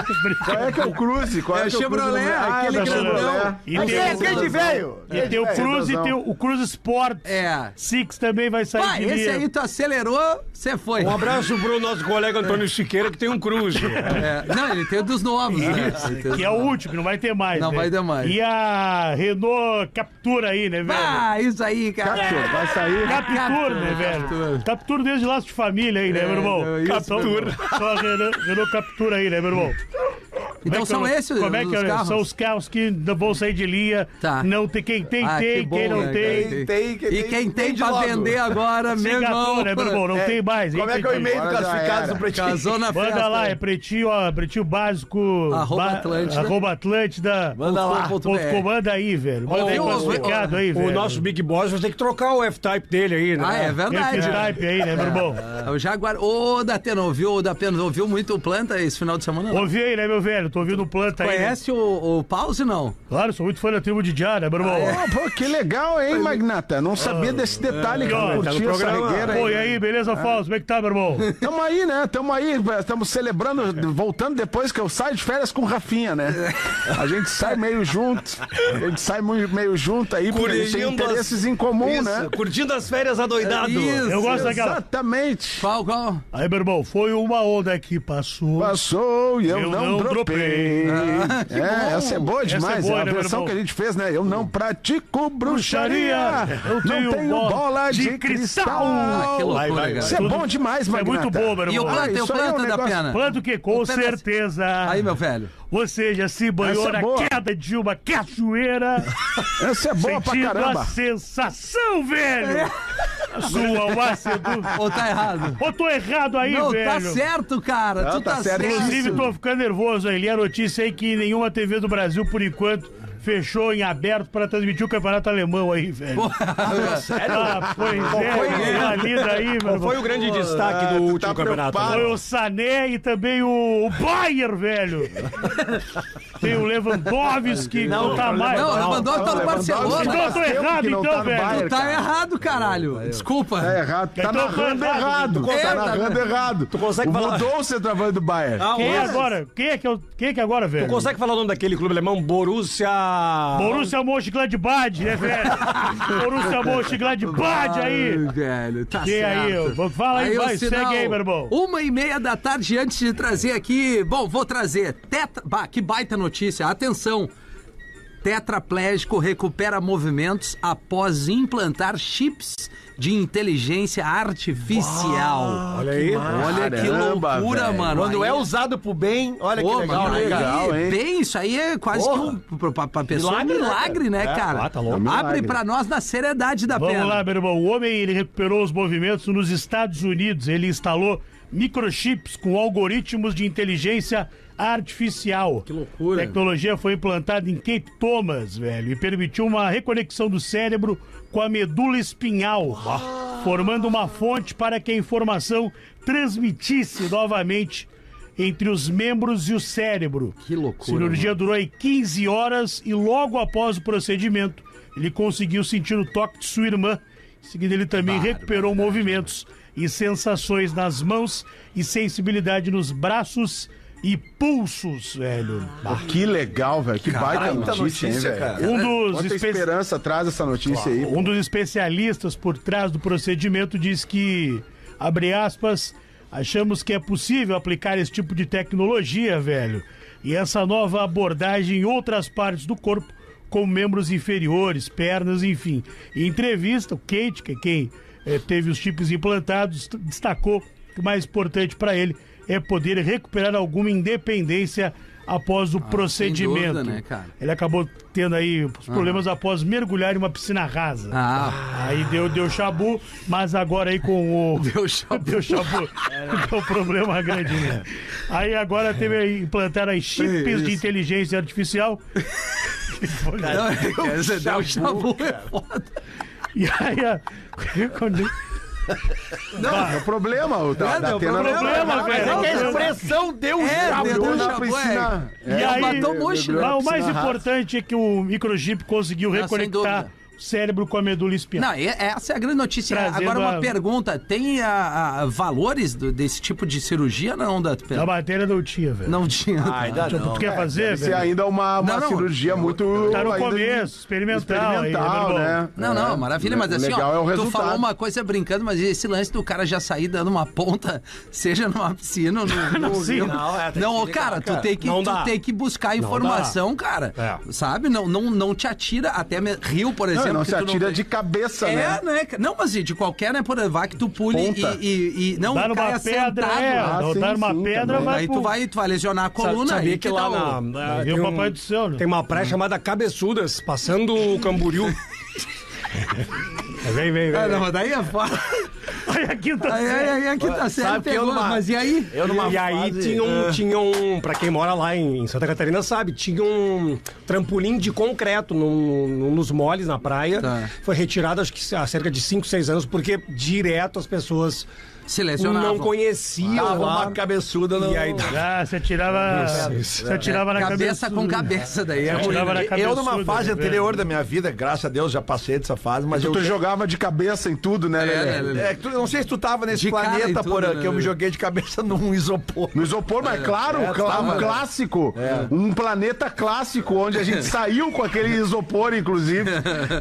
Speaker 3: Qual é que é o Cruze? Qual
Speaker 1: É
Speaker 3: é,
Speaker 1: o
Speaker 3: que é o Cruze?
Speaker 1: Chevrolet,
Speaker 3: Ah,
Speaker 1: aquele
Speaker 3: da
Speaker 1: grandão.
Speaker 4: E
Speaker 1: Aquele
Speaker 3: é
Speaker 4: tem, o-
Speaker 1: grandão.
Speaker 5: velho.
Speaker 4: e tem o Cruze e tem o, o Cruze Sport.
Speaker 1: É.
Speaker 4: Six também vai sair
Speaker 1: Vai,
Speaker 4: de
Speaker 1: esse
Speaker 4: linha.
Speaker 1: aí tu acelerou, você foi.
Speaker 6: Um abraço pro nosso colega Antônio Siqueira, que tem um cruze.
Speaker 1: É, não, ele tem dos novos, né? Ele tem
Speaker 4: Que
Speaker 1: dos
Speaker 4: é o
Speaker 1: novos.
Speaker 4: último, que não vai ter mais.
Speaker 1: Não
Speaker 4: né?
Speaker 1: vai ter mais.
Speaker 4: E a Renault Captura aí, né, velho?
Speaker 1: Ah, isso aí, cara.
Speaker 3: Captur, vai sair.
Speaker 4: Captura, né,
Speaker 1: Captura.
Speaker 4: velho? Captura desde laço de família aí, né,
Speaker 1: É,
Speaker 4: meu irmão?
Speaker 1: não, isso, meu
Speaker 4: captura. Só a Renault, Renault Captura aí, né, meu irmão? Como é
Speaker 1: Então
Speaker 4: que
Speaker 1: são
Speaker 4: eu-
Speaker 1: esses
Speaker 4: Como é que
Speaker 1: os
Speaker 4: é?
Speaker 1: carros?
Speaker 4: São os carros que não vão sair de linha.
Speaker 1: Tá.
Speaker 4: Não tem quem tem,
Speaker 1: Ah, que
Speaker 4: tem,
Speaker 1: bom,
Speaker 4: quem não
Speaker 1: né,
Speaker 4: tem.
Speaker 1: cara?
Speaker 5: Quem tem, quem
Speaker 1: e
Speaker 5: tem,
Speaker 1: quem tem
Speaker 5: vende
Speaker 1: pra
Speaker 5: logo.
Speaker 1: vender agora, meu
Speaker 4: Sem
Speaker 1: irmão.
Speaker 4: captura, né, meu irmão? Não tem mais. hein,
Speaker 5: Como é que é o
Speaker 4: Pretinho?
Speaker 5: e-mail do
Speaker 3: Agora já
Speaker 5: classificado
Speaker 3: era.
Speaker 5: do Pretinho?
Speaker 1: Casou na festa.
Speaker 4: Manda lá, é pretinho, ó, pretinho básico.
Speaker 1: Arroba Atlântida.
Speaker 4: Arroba Atlântida.
Speaker 1: Manda lá.
Speaker 4: Ponto com, manda aí, velho. Manda aí
Speaker 1: Ô,
Speaker 4: o classificado aí, velho.
Speaker 6: O nosso Big Boss vai ter que trocar o F-Type dele aí, né?
Speaker 1: Ah, é verdade.
Speaker 4: Esse type aí, né, meu irmão?
Speaker 1: É o Jaguar. Ô, Datena, ouviu, ô, Datena, ouviu muito o Planta esse final de semana? não?
Speaker 4: Ouvi aí, né, meu velho? Tô ouvindo o planta aí. né?
Speaker 1: Conhece o, o Pause, não?
Speaker 4: Claro, sou muito fã da tribo de Diá, né, meu irmão?
Speaker 3: Oh, pô, que legal, hein, Magnata? Não sabia desse detalhe que
Speaker 4: Ah, Ó,
Speaker 3: eu
Speaker 4: tá
Speaker 3: curti
Speaker 4: no
Speaker 3: essa
Speaker 4: programa.
Speaker 3: regueira
Speaker 4: Pô,
Speaker 3: aí. Ah.
Speaker 4: e aí, beleza, Fausto? Como é que tá, meu irmão?
Speaker 3: Tamo aí, né? Tamo aí, estamos celebrando, voltando depois que eu saio de férias com o Rafinha, né? A gente sai meio junto, a gente sai mui- meio junto aí, porque a gente tem
Speaker 7: Curtindo as-
Speaker 3: interesses em comum,
Speaker 7: Isso,
Speaker 3: né?
Speaker 7: curtindo as férias adoidado.
Speaker 1: Isso.
Speaker 4: Eu gosto daquela.
Speaker 3: Exatamente.
Speaker 1: Qual, qual?
Speaker 4: Aí, meu irmão, foi uma onda que passou.
Speaker 3: Passou e eu,
Speaker 4: Eu
Speaker 3: não,
Speaker 4: não Ah,
Speaker 3: dropei.
Speaker 1: que
Speaker 3: é,
Speaker 1: bom.
Speaker 3: essa é boa
Speaker 4: Essa é
Speaker 3: demais. É,
Speaker 4: boa,
Speaker 3: a
Speaker 4: né, meu
Speaker 3: versão
Speaker 4: irmão? Hum.
Speaker 3: que a gente fez, né? Eu não pratico bruxaria.
Speaker 4: Bruxaria. Eu
Speaker 3: Eu
Speaker 4: tenho
Speaker 3: não tenho
Speaker 4: bola
Speaker 3: bola
Speaker 4: de
Speaker 3: de,
Speaker 4: cristal.
Speaker 3: cristal.
Speaker 1: Ah, que loucura, cara.
Speaker 3: Isso é bom demais,
Speaker 4: Isso é
Speaker 3: Magnata.
Speaker 4: muito bom, meu
Speaker 1: E o
Speaker 4: irmão.
Speaker 3: Ah,
Speaker 1: Planta, e o
Speaker 3: isso aí é um
Speaker 1: Planta da
Speaker 3: negócio-
Speaker 1: Pena?
Speaker 4: Planta o quê? Com
Speaker 1: Pera-
Speaker 4: certeza.
Speaker 1: Aí, meu velho.
Speaker 4: Você já se banhou
Speaker 3: Essa é
Speaker 4: na
Speaker 3: boa.
Speaker 4: queda de uma cachoeira,
Speaker 3: Essa é boa pra
Speaker 4: sentindo a
Speaker 3: caramba.
Speaker 4: sensação,
Speaker 1: É.
Speaker 4: velho! Sua alma sedu-
Speaker 1: Ou tá errado?
Speaker 4: Ô, tô errado aí,
Speaker 1: não,
Speaker 4: velho!
Speaker 1: tá certo, cara. tu tá,
Speaker 3: tá certo.
Speaker 1: certo.
Speaker 4: Inclusive, tô ficando nervoso aí. Li a notícia aí que nenhuma TV do Brasil, por enquanto, fechou em aberto pra transmitir o campeonato alemão aí, velho. Ah, pois é, deu uma lida aí, meu irmão.
Speaker 6: Foi o grande
Speaker 3: É,
Speaker 6: destaque
Speaker 3: Ah,
Speaker 6: do
Speaker 3: tá
Speaker 6: último campeonato. né?
Speaker 4: Foi o Sané e também o, o Bayer, velho. Tem o Lewandowski, não, não tá mais.
Speaker 1: Não, o Lewandowski tá no
Speaker 4: Então
Speaker 1: Barcelona.
Speaker 4: eu tô errado,
Speaker 3: que não
Speaker 4: então,
Speaker 3: tá no
Speaker 4: velho.
Speaker 3: Bayern.
Speaker 1: Tu tá errado, caralho. Desculpa.
Speaker 3: Tá errado. Tá
Speaker 4: Então,
Speaker 3: narrando
Speaker 4: tá errado.
Speaker 3: errado.
Speaker 1: É, tá
Speaker 3: Tá narrando errado. Tu
Speaker 6: consegue falar-
Speaker 3: Mudou o centroavante do Bayern.
Speaker 5: Ah,
Speaker 4: Quem é agora? Quem é que, eu- quem é que é agora, velho?
Speaker 6: Consegue falar o nome daquele clube alemão? Borussia...
Speaker 4: Borussia Mönchengladbach, né, velho? Borussia Mönchengladbach aí.
Speaker 1: Ai, velho, tá
Speaker 4: E
Speaker 1: certo.
Speaker 4: aí, eu- fala aí,
Speaker 1: o
Speaker 4: vai, segue aí, meu irmão.
Speaker 1: Uma e meia da tarde, antes de trazer aqui... Bom, vou trazer... Tetra... Bah, que baita notícia. Atenção. Tetraplégico recupera movimentos após implantar chips de inteligência artificial.
Speaker 6: Olha aí.
Speaker 1: Olha que
Speaker 3: Caramba,
Speaker 1: loucura,
Speaker 3: velho.
Speaker 1: mano.
Speaker 5: Quando
Speaker 1: Aí-
Speaker 5: é usado pro bem, olha
Speaker 1: Pô,
Speaker 5: que legal.
Speaker 1: mas
Speaker 5: né,
Speaker 1: olha
Speaker 5: cara?
Speaker 3: legal,
Speaker 1: aí,
Speaker 3: hein?
Speaker 1: bem, isso aí é quase que um, pra, pra pessoa
Speaker 6: Milagre,
Speaker 1: um
Speaker 6: né,
Speaker 1: milagre, né, cara?
Speaker 6: ah, tá louco.
Speaker 3: É um milagre.
Speaker 1: Abre pra nós na seriedade da
Speaker 4: Vamos
Speaker 1: pena.
Speaker 4: lá, meu irmão. O homem ele recuperou os movimentos nos Estados Unidos. Ele instalou microchips com algoritmos de inteligência artificial. Que
Speaker 1: loucura.
Speaker 4: A tecnologia foi implantada em Cape Thomas, velho, e permitiu uma reconexão do cérebro com a medula espinhal, formando uma fonte para que a informação transmitisse novamente entre os membros e o cérebro.
Speaker 1: Que loucura, né?
Speaker 4: Cirurgia durou aí 15 horas e logo após o procedimento, ele conseguiu sentir o toque de sua irmã. Em seguida, ele também recuperou
Speaker 1: né?
Speaker 4: movimentos e sensações nas mãos e sensibilidade nos braços e pulsos, velho.
Speaker 3: Que legal, velho. Que baita
Speaker 5: Baita
Speaker 3: notícia,
Speaker 5: notícia,
Speaker 3: hein,
Speaker 5: cara.
Speaker 3: velho.
Speaker 4: Um dos
Speaker 3: Quanta
Speaker 4: espe-
Speaker 3: esperança traz essa notícia aí. pô.
Speaker 4: Um dos especialistas por trás do procedimento diz que, abre aspas, achamos que é possível aplicar esse tipo de tecnologia, velho, e essa nova abordagem em outras partes do corpo, como membros inferiores, pernas, enfim. Em entrevista, o Kate, que é quem eh, teve os chips implantados, t- destacou que o mais importante para ele é poder recuperar alguma independência após o procedimento.
Speaker 1: dúvida, Ah, né, cara?
Speaker 4: Ele acabou tendo aí os problemas após mergulhar em uma piscina rasa.
Speaker 1: Ah,
Speaker 4: Aí deu, deu chabu, mas agora aí com o.
Speaker 1: deu chabu.
Speaker 4: Deu chabu. Deu problema grande, né? Aí agora teve aí, implantaram aí chips de inteligência artificial.
Speaker 1: Não, deu chabu, é foda.
Speaker 4: E aí. a- quando-
Speaker 3: Não, é problema. O da,
Speaker 1: É,
Speaker 3: da
Speaker 1: não,
Speaker 3: Atena não-
Speaker 4: problema,
Speaker 3: não,
Speaker 4: velho.
Speaker 3: não,
Speaker 4: É que a
Speaker 5: expressão deu
Speaker 1: É, deu
Speaker 3: mergulhou na
Speaker 1: chabu,
Speaker 3: piscina.
Speaker 1: é.
Speaker 4: E aí-
Speaker 1: matou o mocho, né?
Speaker 4: Mas o mais
Speaker 3: Piscina rasa.
Speaker 4: importante é que o microchip conseguiu
Speaker 1: Não, sem
Speaker 4: reconectar
Speaker 1: dúvida.
Speaker 4: o cérebro com a medula espinhal.
Speaker 1: Não, e- essa é a grande notícia.
Speaker 4: Trazendo
Speaker 1: Agora uma
Speaker 4: a-
Speaker 1: pergunta: tem a- a- valores do- desse tipo de cirurgia? Não, da
Speaker 4: Na matéria não tinha, velho.
Speaker 1: Não tinha.
Speaker 5: Ainda não.
Speaker 4: Tu quer fazer,
Speaker 3: Isso é
Speaker 4: velho?
Speaker 3: ainda uma, uma
Speaker 1: Não, não.
Speaker 3: cirurgia muito.
Speaker 4: Tá no
Speaker 3: ainda
Speaker 4: começo, experimental aí,
Speaker 3: experimental,
Speaker 4: meu irmão.
Speaker 3: né?
Speaker 1: Não,
Speaker 3: É.
Speaker 1: não, maravilha, mas
Speaker 3: Le-
Speaker 1: assim,
Speaker 3: legal
Speaker 1: ó,
Speaker 3: é o
Speaker 1: tu
Speaker 3: resultado.
Speaker 1: falou uma coisa brincando, mas esse lance do cara já sair dando uma ponta, seja numa piscina ou no, no
Speaker 4: Sim.
Speaker 1: rio.
Speaker 5: Não,
Speaker 1: Não,
Speaker 5: é, tem que
Speaker 1: ô,
Speaker 5: se
Speaker 1: cara,
Speaker 5: ligar,
Speaker 1: tu tem que,
Speaker 6: Não
Speaker 1: tu
Speaker 6: dá.
Speaker 1: tem que buscar informação, cara, sabe? Não, não, não te atira, até me- rio, por exemplo.
Speaker 3: Não, não
Speaker 1: que
Speaker 3: se
Speaker 1: tu
Speaker 3: atira
Speaker 1: tem-
Speaker 3: de cabeça, né?
Speaker 1: É, né? cara? Não, mas de qualquer, né? Por vai que tu pule e,
Speaker 3: Ponta.
Speaker 1: e, e- não
Speaker 4: Dá
Speaker 1: caia
Speaker 4: numa pedra,
Speaker 1: sentado.
Speaker 4: é.
Speaker 3: Ah,
Speaker 4: não,
Speaker 3: sim,
Speaker 4: Dá numa
Speaker 3: sim,
Speaker 4: pedra,
Speaker 3: também.
Speaker 4: vai
Speaker 1: Aí
Speaker 4: pro-
Speaker 1: tu vai, tu vai lesionar a
Speaker 6: Sabe-
Speaker 1: coluna.
Speaker 6: Sabia
Speaker 1: aí tá
Speaker 6: que, lá
Speaker 1: tal-
Speaker 6: na.
Speaker 4: Aí
Speaker 6: tem um
Speaker 4: o Papai do Céu, né?
Speaker 6: Tem uma praia chamada Cabeçudas, passando o Camboriú.
Speaker 4: Vem, vem,
Speaker 1: Ah,
Speaker 4: vem.
Speaker 1: não, mas daí é foda.
Speaker 4: Aí a quinta
Speaker 1: Aí, aí, aí, aqui tá sério,
Speaker 5: Sabe que eu
Speaker 1: pegou,
Speaker 5: numa-
Speaker 1: mas e aí?
Speaker 5: Eu Tá numa
Speaker 6: e aí
Speaker 5: fase-
Speaker 6: tinha um, tinha um, pra quem mora lá em, em Santa Catarina sabe, tinha um trampolim de concreto num, num- nos moles na praia.
Speaker 1: Tá.
Speaker 6: Foi retirado acho que há cerca de 5, 6 anos, porque direto as pessoas
Speaker 1: Se
Speaker 6: não
Speaker 1: lesionavam.
Speaker 6: conheciam
Speaker 5: Tava
Speaker 6: lá.
Speaker 5: uma cabeçuda no...
Speaker 6: E aí,
Speaker 4: Ah, você atirava. Você atirava na cabeça.
Speaker 1: É, Cabeça com cabeça daí. É
Speaker 4: Você
Speaker 1: ruim,
Speaker 4: atirava
Speaker 1: né?
Speaker 4: na cabeça.
Speaker 5: eu, numa fase anterior da minha vida, graças a Deus, já passei dessa fase, mas eu.
Speaker 3: Tu jogava de cabeça em tudo, né, Lelê?
Speaker 1: né, Lelê?
Speaker 5: É, que tu- não sei se tu tava nesse
Speaker 1: De cara e
Speaker 5: planeta,
Speaker 1: tudo,
Speaker 5: Porã,
Speaker 1: né,
Speaker 5: que eu me
Speaker 1: Lelê?
Speaker 5: joguei de cabeça num isopor.
Speaker 3: No isopor, mas claro,
Speaker 5: é,
Speaker 3: cla-
Speaker 5: tava, É.
Speaker 3: um
Speaker 5: né?
Speaker 3: clássico. Um planeta clássico, onde a gente saiu com aquele isopor, inclusive.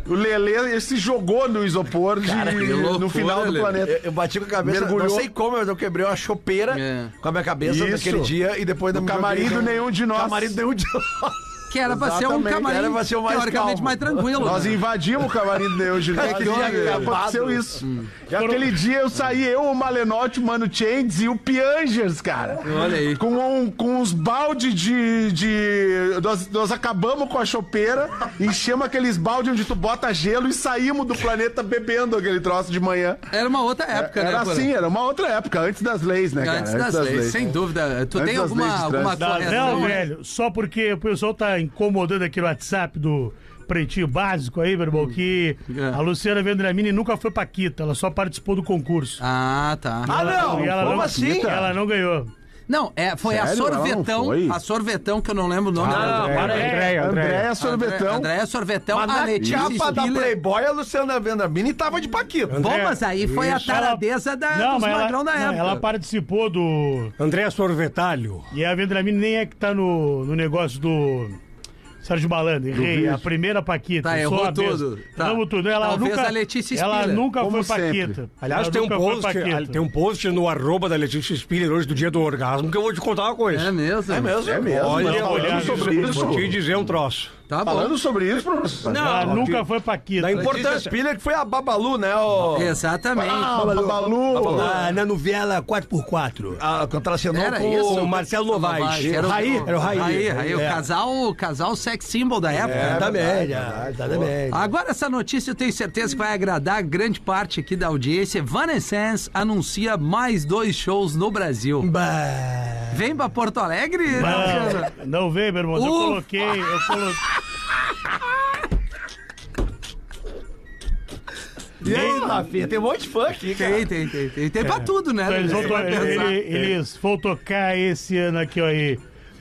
Speaker 3: O Lelê ele se jogou no isopor de-
Speaker 1: Cara, que loucura,
Speaker 3: no final do
Speaker 1: Lelê.
Speaker 3: planeta.
Speaker 5: É, Eu, eu bati com a cabeça,
Speaker 3: Mergulhou.
Speaker 5: não sei como, mas eu quebrei uma chopeira
Speaker 1: É.
Speaker 5: com a minha cabeça
Speaker 3: Isso.
Speaker 5: naquele dia e depois não me
Speaker 3: camarim
Speaker 5: joguei,
Speaker 3: do
Speaker 5: não.
Speaker 3: nenhum de nós.
Speaker 5: Camarim do nenhum de nós.
Speaker 1: Que era pra ser um
Speaker 3: Exatamente,
Speaker 1: camarim,
Speaker 5: era pra ser o mais
Speaker 1: teoricamente,
Speaker 5: calmo.
Speaker 1: mais tranquilo.
Speaker 3: Nós
Speaker 1: né?
Speaker 3: invadimos o camarim do Neo Gil.
Speaker 5: Cara, que Hum. dia
Speaker 3: Aconteceu
Speaker 5: acabado.
Speaker 3: isso. E aquele dia eu saí, eu, o Malenotti, o Mano Chains e o Piangers, cara.
Speaker 1: Olha aí.
Speaker 3: Com, um, com uns balde de. de nós, nós acabamos com a chopeira, enchemos aqueles balde onde tu bota gelo e saímos do planeta bebendo aquele troço de manhã.
Speaker 1: Era uma outra época, né?
Speaker 3: Era
Speaker 1: Porã?
Speaker 3: assim, era uma outra época, antes das leis, né, cara?
Speaker 1: Antes das leis, sem dúvida. Tu
Speaker 3: Antes
Speaker 1: tem
Speaker 3: das
Speaker 1: alguma,
Speaker 3: leis de
Speaker 1: alguma assim?
Speaker 3: trânsito.
Speaker 4: Não,
Speaker 1: correção?
Speaker 4: não, velho. Só porque o pessoal tá incomodando aqui no WhatsApp do Pretinho Básico aí, meu irmão, que
Speaker 1: É.
Speaker 4: a Luciana Vendramini nunca foi Paquita, ela só participou do concurso.
Speaker 1: Ah, tá.
Speaker 5: Ah, não!
Speaker 4: E ela
Speaker 5: Como
Speaker 4: não-
Speaker 5: assim?
Speaker 4: Ela não ganhou.
Speaker 1: Não, é, foi a
Speaker 3: Sério? Ela não
Speaker 1: sorvetão.
Speaker 3: foi?
Speaker 1: A sorvetão, que eu não lembro o nome. dela.
Speaker 5: Não, para aí.
Speaker 4: É,
Speaker 6: Andréia, Andréia.
Speaker 3: Andréia Sorvetão.
Speaker 1: André é Sorvetão,
Speaker 5: Mas
Speaker 1: a
Speaker 5: na
Speaker 1: Letícia
Speaker 5: capa Ah, da
Speaker 1: Spiller.
Speaker 5: Playboy, a Luciana Vendramini tava de Paquita.
Speaker 1: Bom, mas aí foi a
Speaker 4: Isso.
Speaker 1: taradeza da,
Speaker 4: Não,
Speaker 1: dos
Speaker 4: mas
Speaker 1: magrão da
Speaker 4: ela, não,
Speaker 1: época.
Speaker 4: ela participou do.
Speaker 6: Andréia Sorvetalho.
Speaker 4: E a Vendramini nem é que tá no, no negócio do. Sérgio Malandro, errei. a primeira Paquita.
Speaker 1: Tá,
Speaker 4: eu
Speaker 1: errou
Speaker 4: sou a besta.
Speaker 1: tudo. Tá.
Speaker 4: Erramos tudo. Ela
Speaker 1: Talvez
Speaker 4: nunca,
Speaker 1: a Letícia
Speaker 4: ela
Speaker 1: Spiller.
Speaker 4: nunca
Speaker 3: Como
Speaker 4: foi
Speaker 3: sempre.
Speaker 4: Paquita.
Speaker 6: Aliás,
Speaker 4: Ela
Speaker 6: tem um,
Speaker 4: nunca foi
Speaker 6: post,
Speaker 4: Paquita.
Speaker 6: tem um post no arroba da Letícia Spiller hoje do dia do orgasmo que eu vou te contar uma coisa.
Speaker 1: É mesmo?
Speaker 5: É mesmo?
Speaker 3: É mesmo.
Speaker 6: Olha,
Speaker 3: Falando
Speaker 6: olha,
Speaker 3: sobre isso.
Speaker 6: vou te dizer um troço.
Speaker 1: Tá bom.
Speaker 3: Falando sobre isso, professor.
Speaker 4: Ela
Speaker 6: Não,
Speaker 4: nunca foi Paquita.
Speaker 6: Da
Speaker 5: Portanto,
Speaker 6: importância.
Speaker 5: Spiller que foi a Babalu, né? O...
Speaker 1: Exatamente.
Speaker 3: Ah, Babalu.
Speaker 6: Ah, na novela 4x4.
Speaker 5: A contracenou
Speaker 1: Era
Speaker 5: com
Speaker 1: isso.
Speaker 6: o Marcelo Novaes.
Speaker 1: Era o
Speaker 6: Raí, era o Raí.
Speaker 1: Raí, o
Speaker 6: É.
Speaker 1: casal, o casal sex symbol da época.
Speaker 6: É, da média, tá da média.
Speaker 1: Agora essa notícia eu tenho certeza que vai agradar grande parte aqui da audiência. Vanessens anuncia mais dois shows no Brasil.
Speaker 6: Bah.
Speaker 1: Vem pra Porto Alegre?
Speaker 4: Não, não veio, meu irmão. Eu
Speaker 1: Ufa.
Speaker 4: coloquei, eu coloquei.
Speaker 5: E aí, Rafinha, tem um monte de fã aqui, cara.
Speaker 1: Tem, tem, tem. Tem, tem pra tudo, né?
Speaker 4: Então, eles,
Speaker 1: Se
Speaker 4: vão to-
Speaker 1: for pensar.
Speaker 4: ele- eles vão tocar esse ano aqui, ó, aí,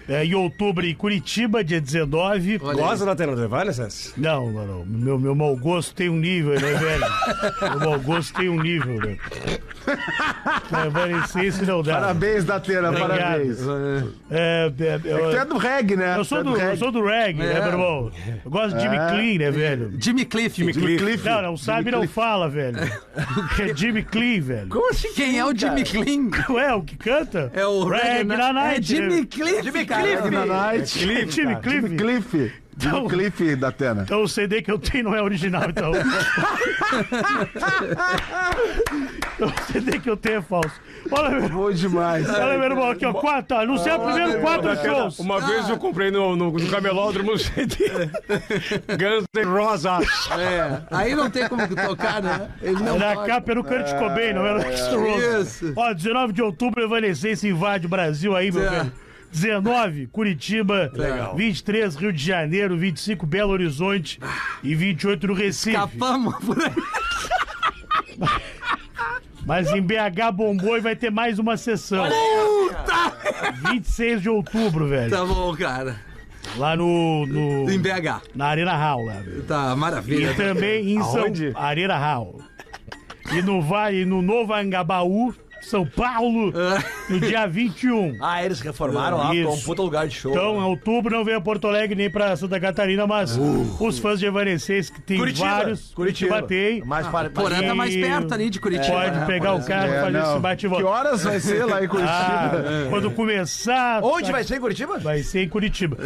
Speaker 4: é, em outubro, em Curitiba, dia 19.
Speaker 1: Olha aí.
Speaker 6: Gosta da Tena do Vale, César?
Speaker 4: Não, não, não. Meu, meu mau gosto tem um nível, né, velho? meu mau gosto tem um nível, né? Mas isso não dá.
Speaker 3: Parabéns, Datena,
Speaker 4: Obrigado.
Speaker 3: parabéns.
Speaker 4: É, é, eu,
Speaker 3: Tu é do reggae, né?
Speaker 4: eu
Speaker 3: Tu
Speaker 4: sou
Speaker 3: é
Speaker 4: do, eu
Speaker 3: reggae.
Speaker 4: sou do reggae, né,
Speaker 1: É.
Speaker 4: meu irmão? Eu gosto de Jimmy Clean, né, velho?
Speaker 1: Jimmy Cliff.
Speaker 3: Jimmy Cliff.
Speaker 4: Não, não sabe, não fala, velho. É Jimmy Clean, velho.
Speaker 1: Quem é o Jimmy Clean?
Speaker 4: Ué, o que canta?
Speaker 1: É o
Speaker 4: Reggae na
Speaker 1: É
Speaker 4: Night. né?
Speaker 1: Jimmy Cliff. Jimmy
Speaker 3: Reggae na Night.
Speaker 4: É Jimmy Cliff.
Speaker 3: Jimmy Cliff.
Speaker 4: Então-
Speaker 3: Jimmy Cliff, Datena.
Speaker 4: Então o CD que eu tenho não é original, então. Então, o CD que eu tenho é falso. Olha, meu-
Speaker 3: Bom demais.
Speaker 4: olha meu irmão, é aqui, ó. Quatro, ó, anunciar primeiro quatro shows.
Speaker 6: Uma vez eu comprei no, no, no camelódromo um CD. Guns N' Rosas.
Speaker 1: É. Aí não tem como tocar, né? Ele não
Speaker 4: Na
Speaker 1: toca.
Speaker 4: é capa era o Kurt Cobain, não era o Axl Rose.
Speaker 1: É, Isso.
Speaker 4: Ó, 19 de outubro, Evanescence invade o Brasil aí, meu
Speaker 1: É.
Speaker 4: velho. 19, Curitiba. 23, Rio de Janeiro. 25, Belo Horizonte. E 28, no Recife.
Speaker 1: Capamos por aí.
Speaker 4: Mas em BH Bomboi vai ter mais uma sessão.
Speaker 1: Puta!
Speaker 4: 26 de outubro, velho.
Speaker 1: Tá bom, cara.
Speaker 4: Lá no. no-
Speaker 1: Em BH.
Speaker 4: na Arena Hall, lá, velho.
Speaker 1: Tá, maravilha.
Speaker 4: E também em
Speaker 6: Aonde?
Speaker 4: São Arena Hall. E no Vale, no Novo Angabaú, São Paulo, no dia 21.
Speaker 5: Ah, eles reformaram lá,
Speaker 4: Isso.
Speaker 5: pô, um puta lugar de show.
Speaker 4: Então, em outubro não veio a Porto Alegre nem pra Santa Catarina, mas os fãs de Evanescence, que tem
Speaker 5: Uh. Curitiba,
Speaker 4: vários,
Speaker 5: Curitiba.
Speaker 4: batei.
Speaker 5: Mais para...
Speaker 1: Porã tá mais
Speaker 4: E-
Speaker 1: perto ali de Curitiba.
Speaker 4: Pode
Speaker 1: né?
Speaker 4: pegar o carro e
Speaker 3: É,
Speaker 4: fazer esse
Speaker 3: não.
Speaker 4: bate e
Speaker 3: Que
Speaker 4: volta.
Speaker 3: horas vai ser lá em
Speaker 4: Ah,
Speaker 3: Curitiba?
Speaker 4: quando começar.
Speaker 5: né? É. Onde vai ser, É. Curitiba?
Speaker 4: Vai ser em Curitiba.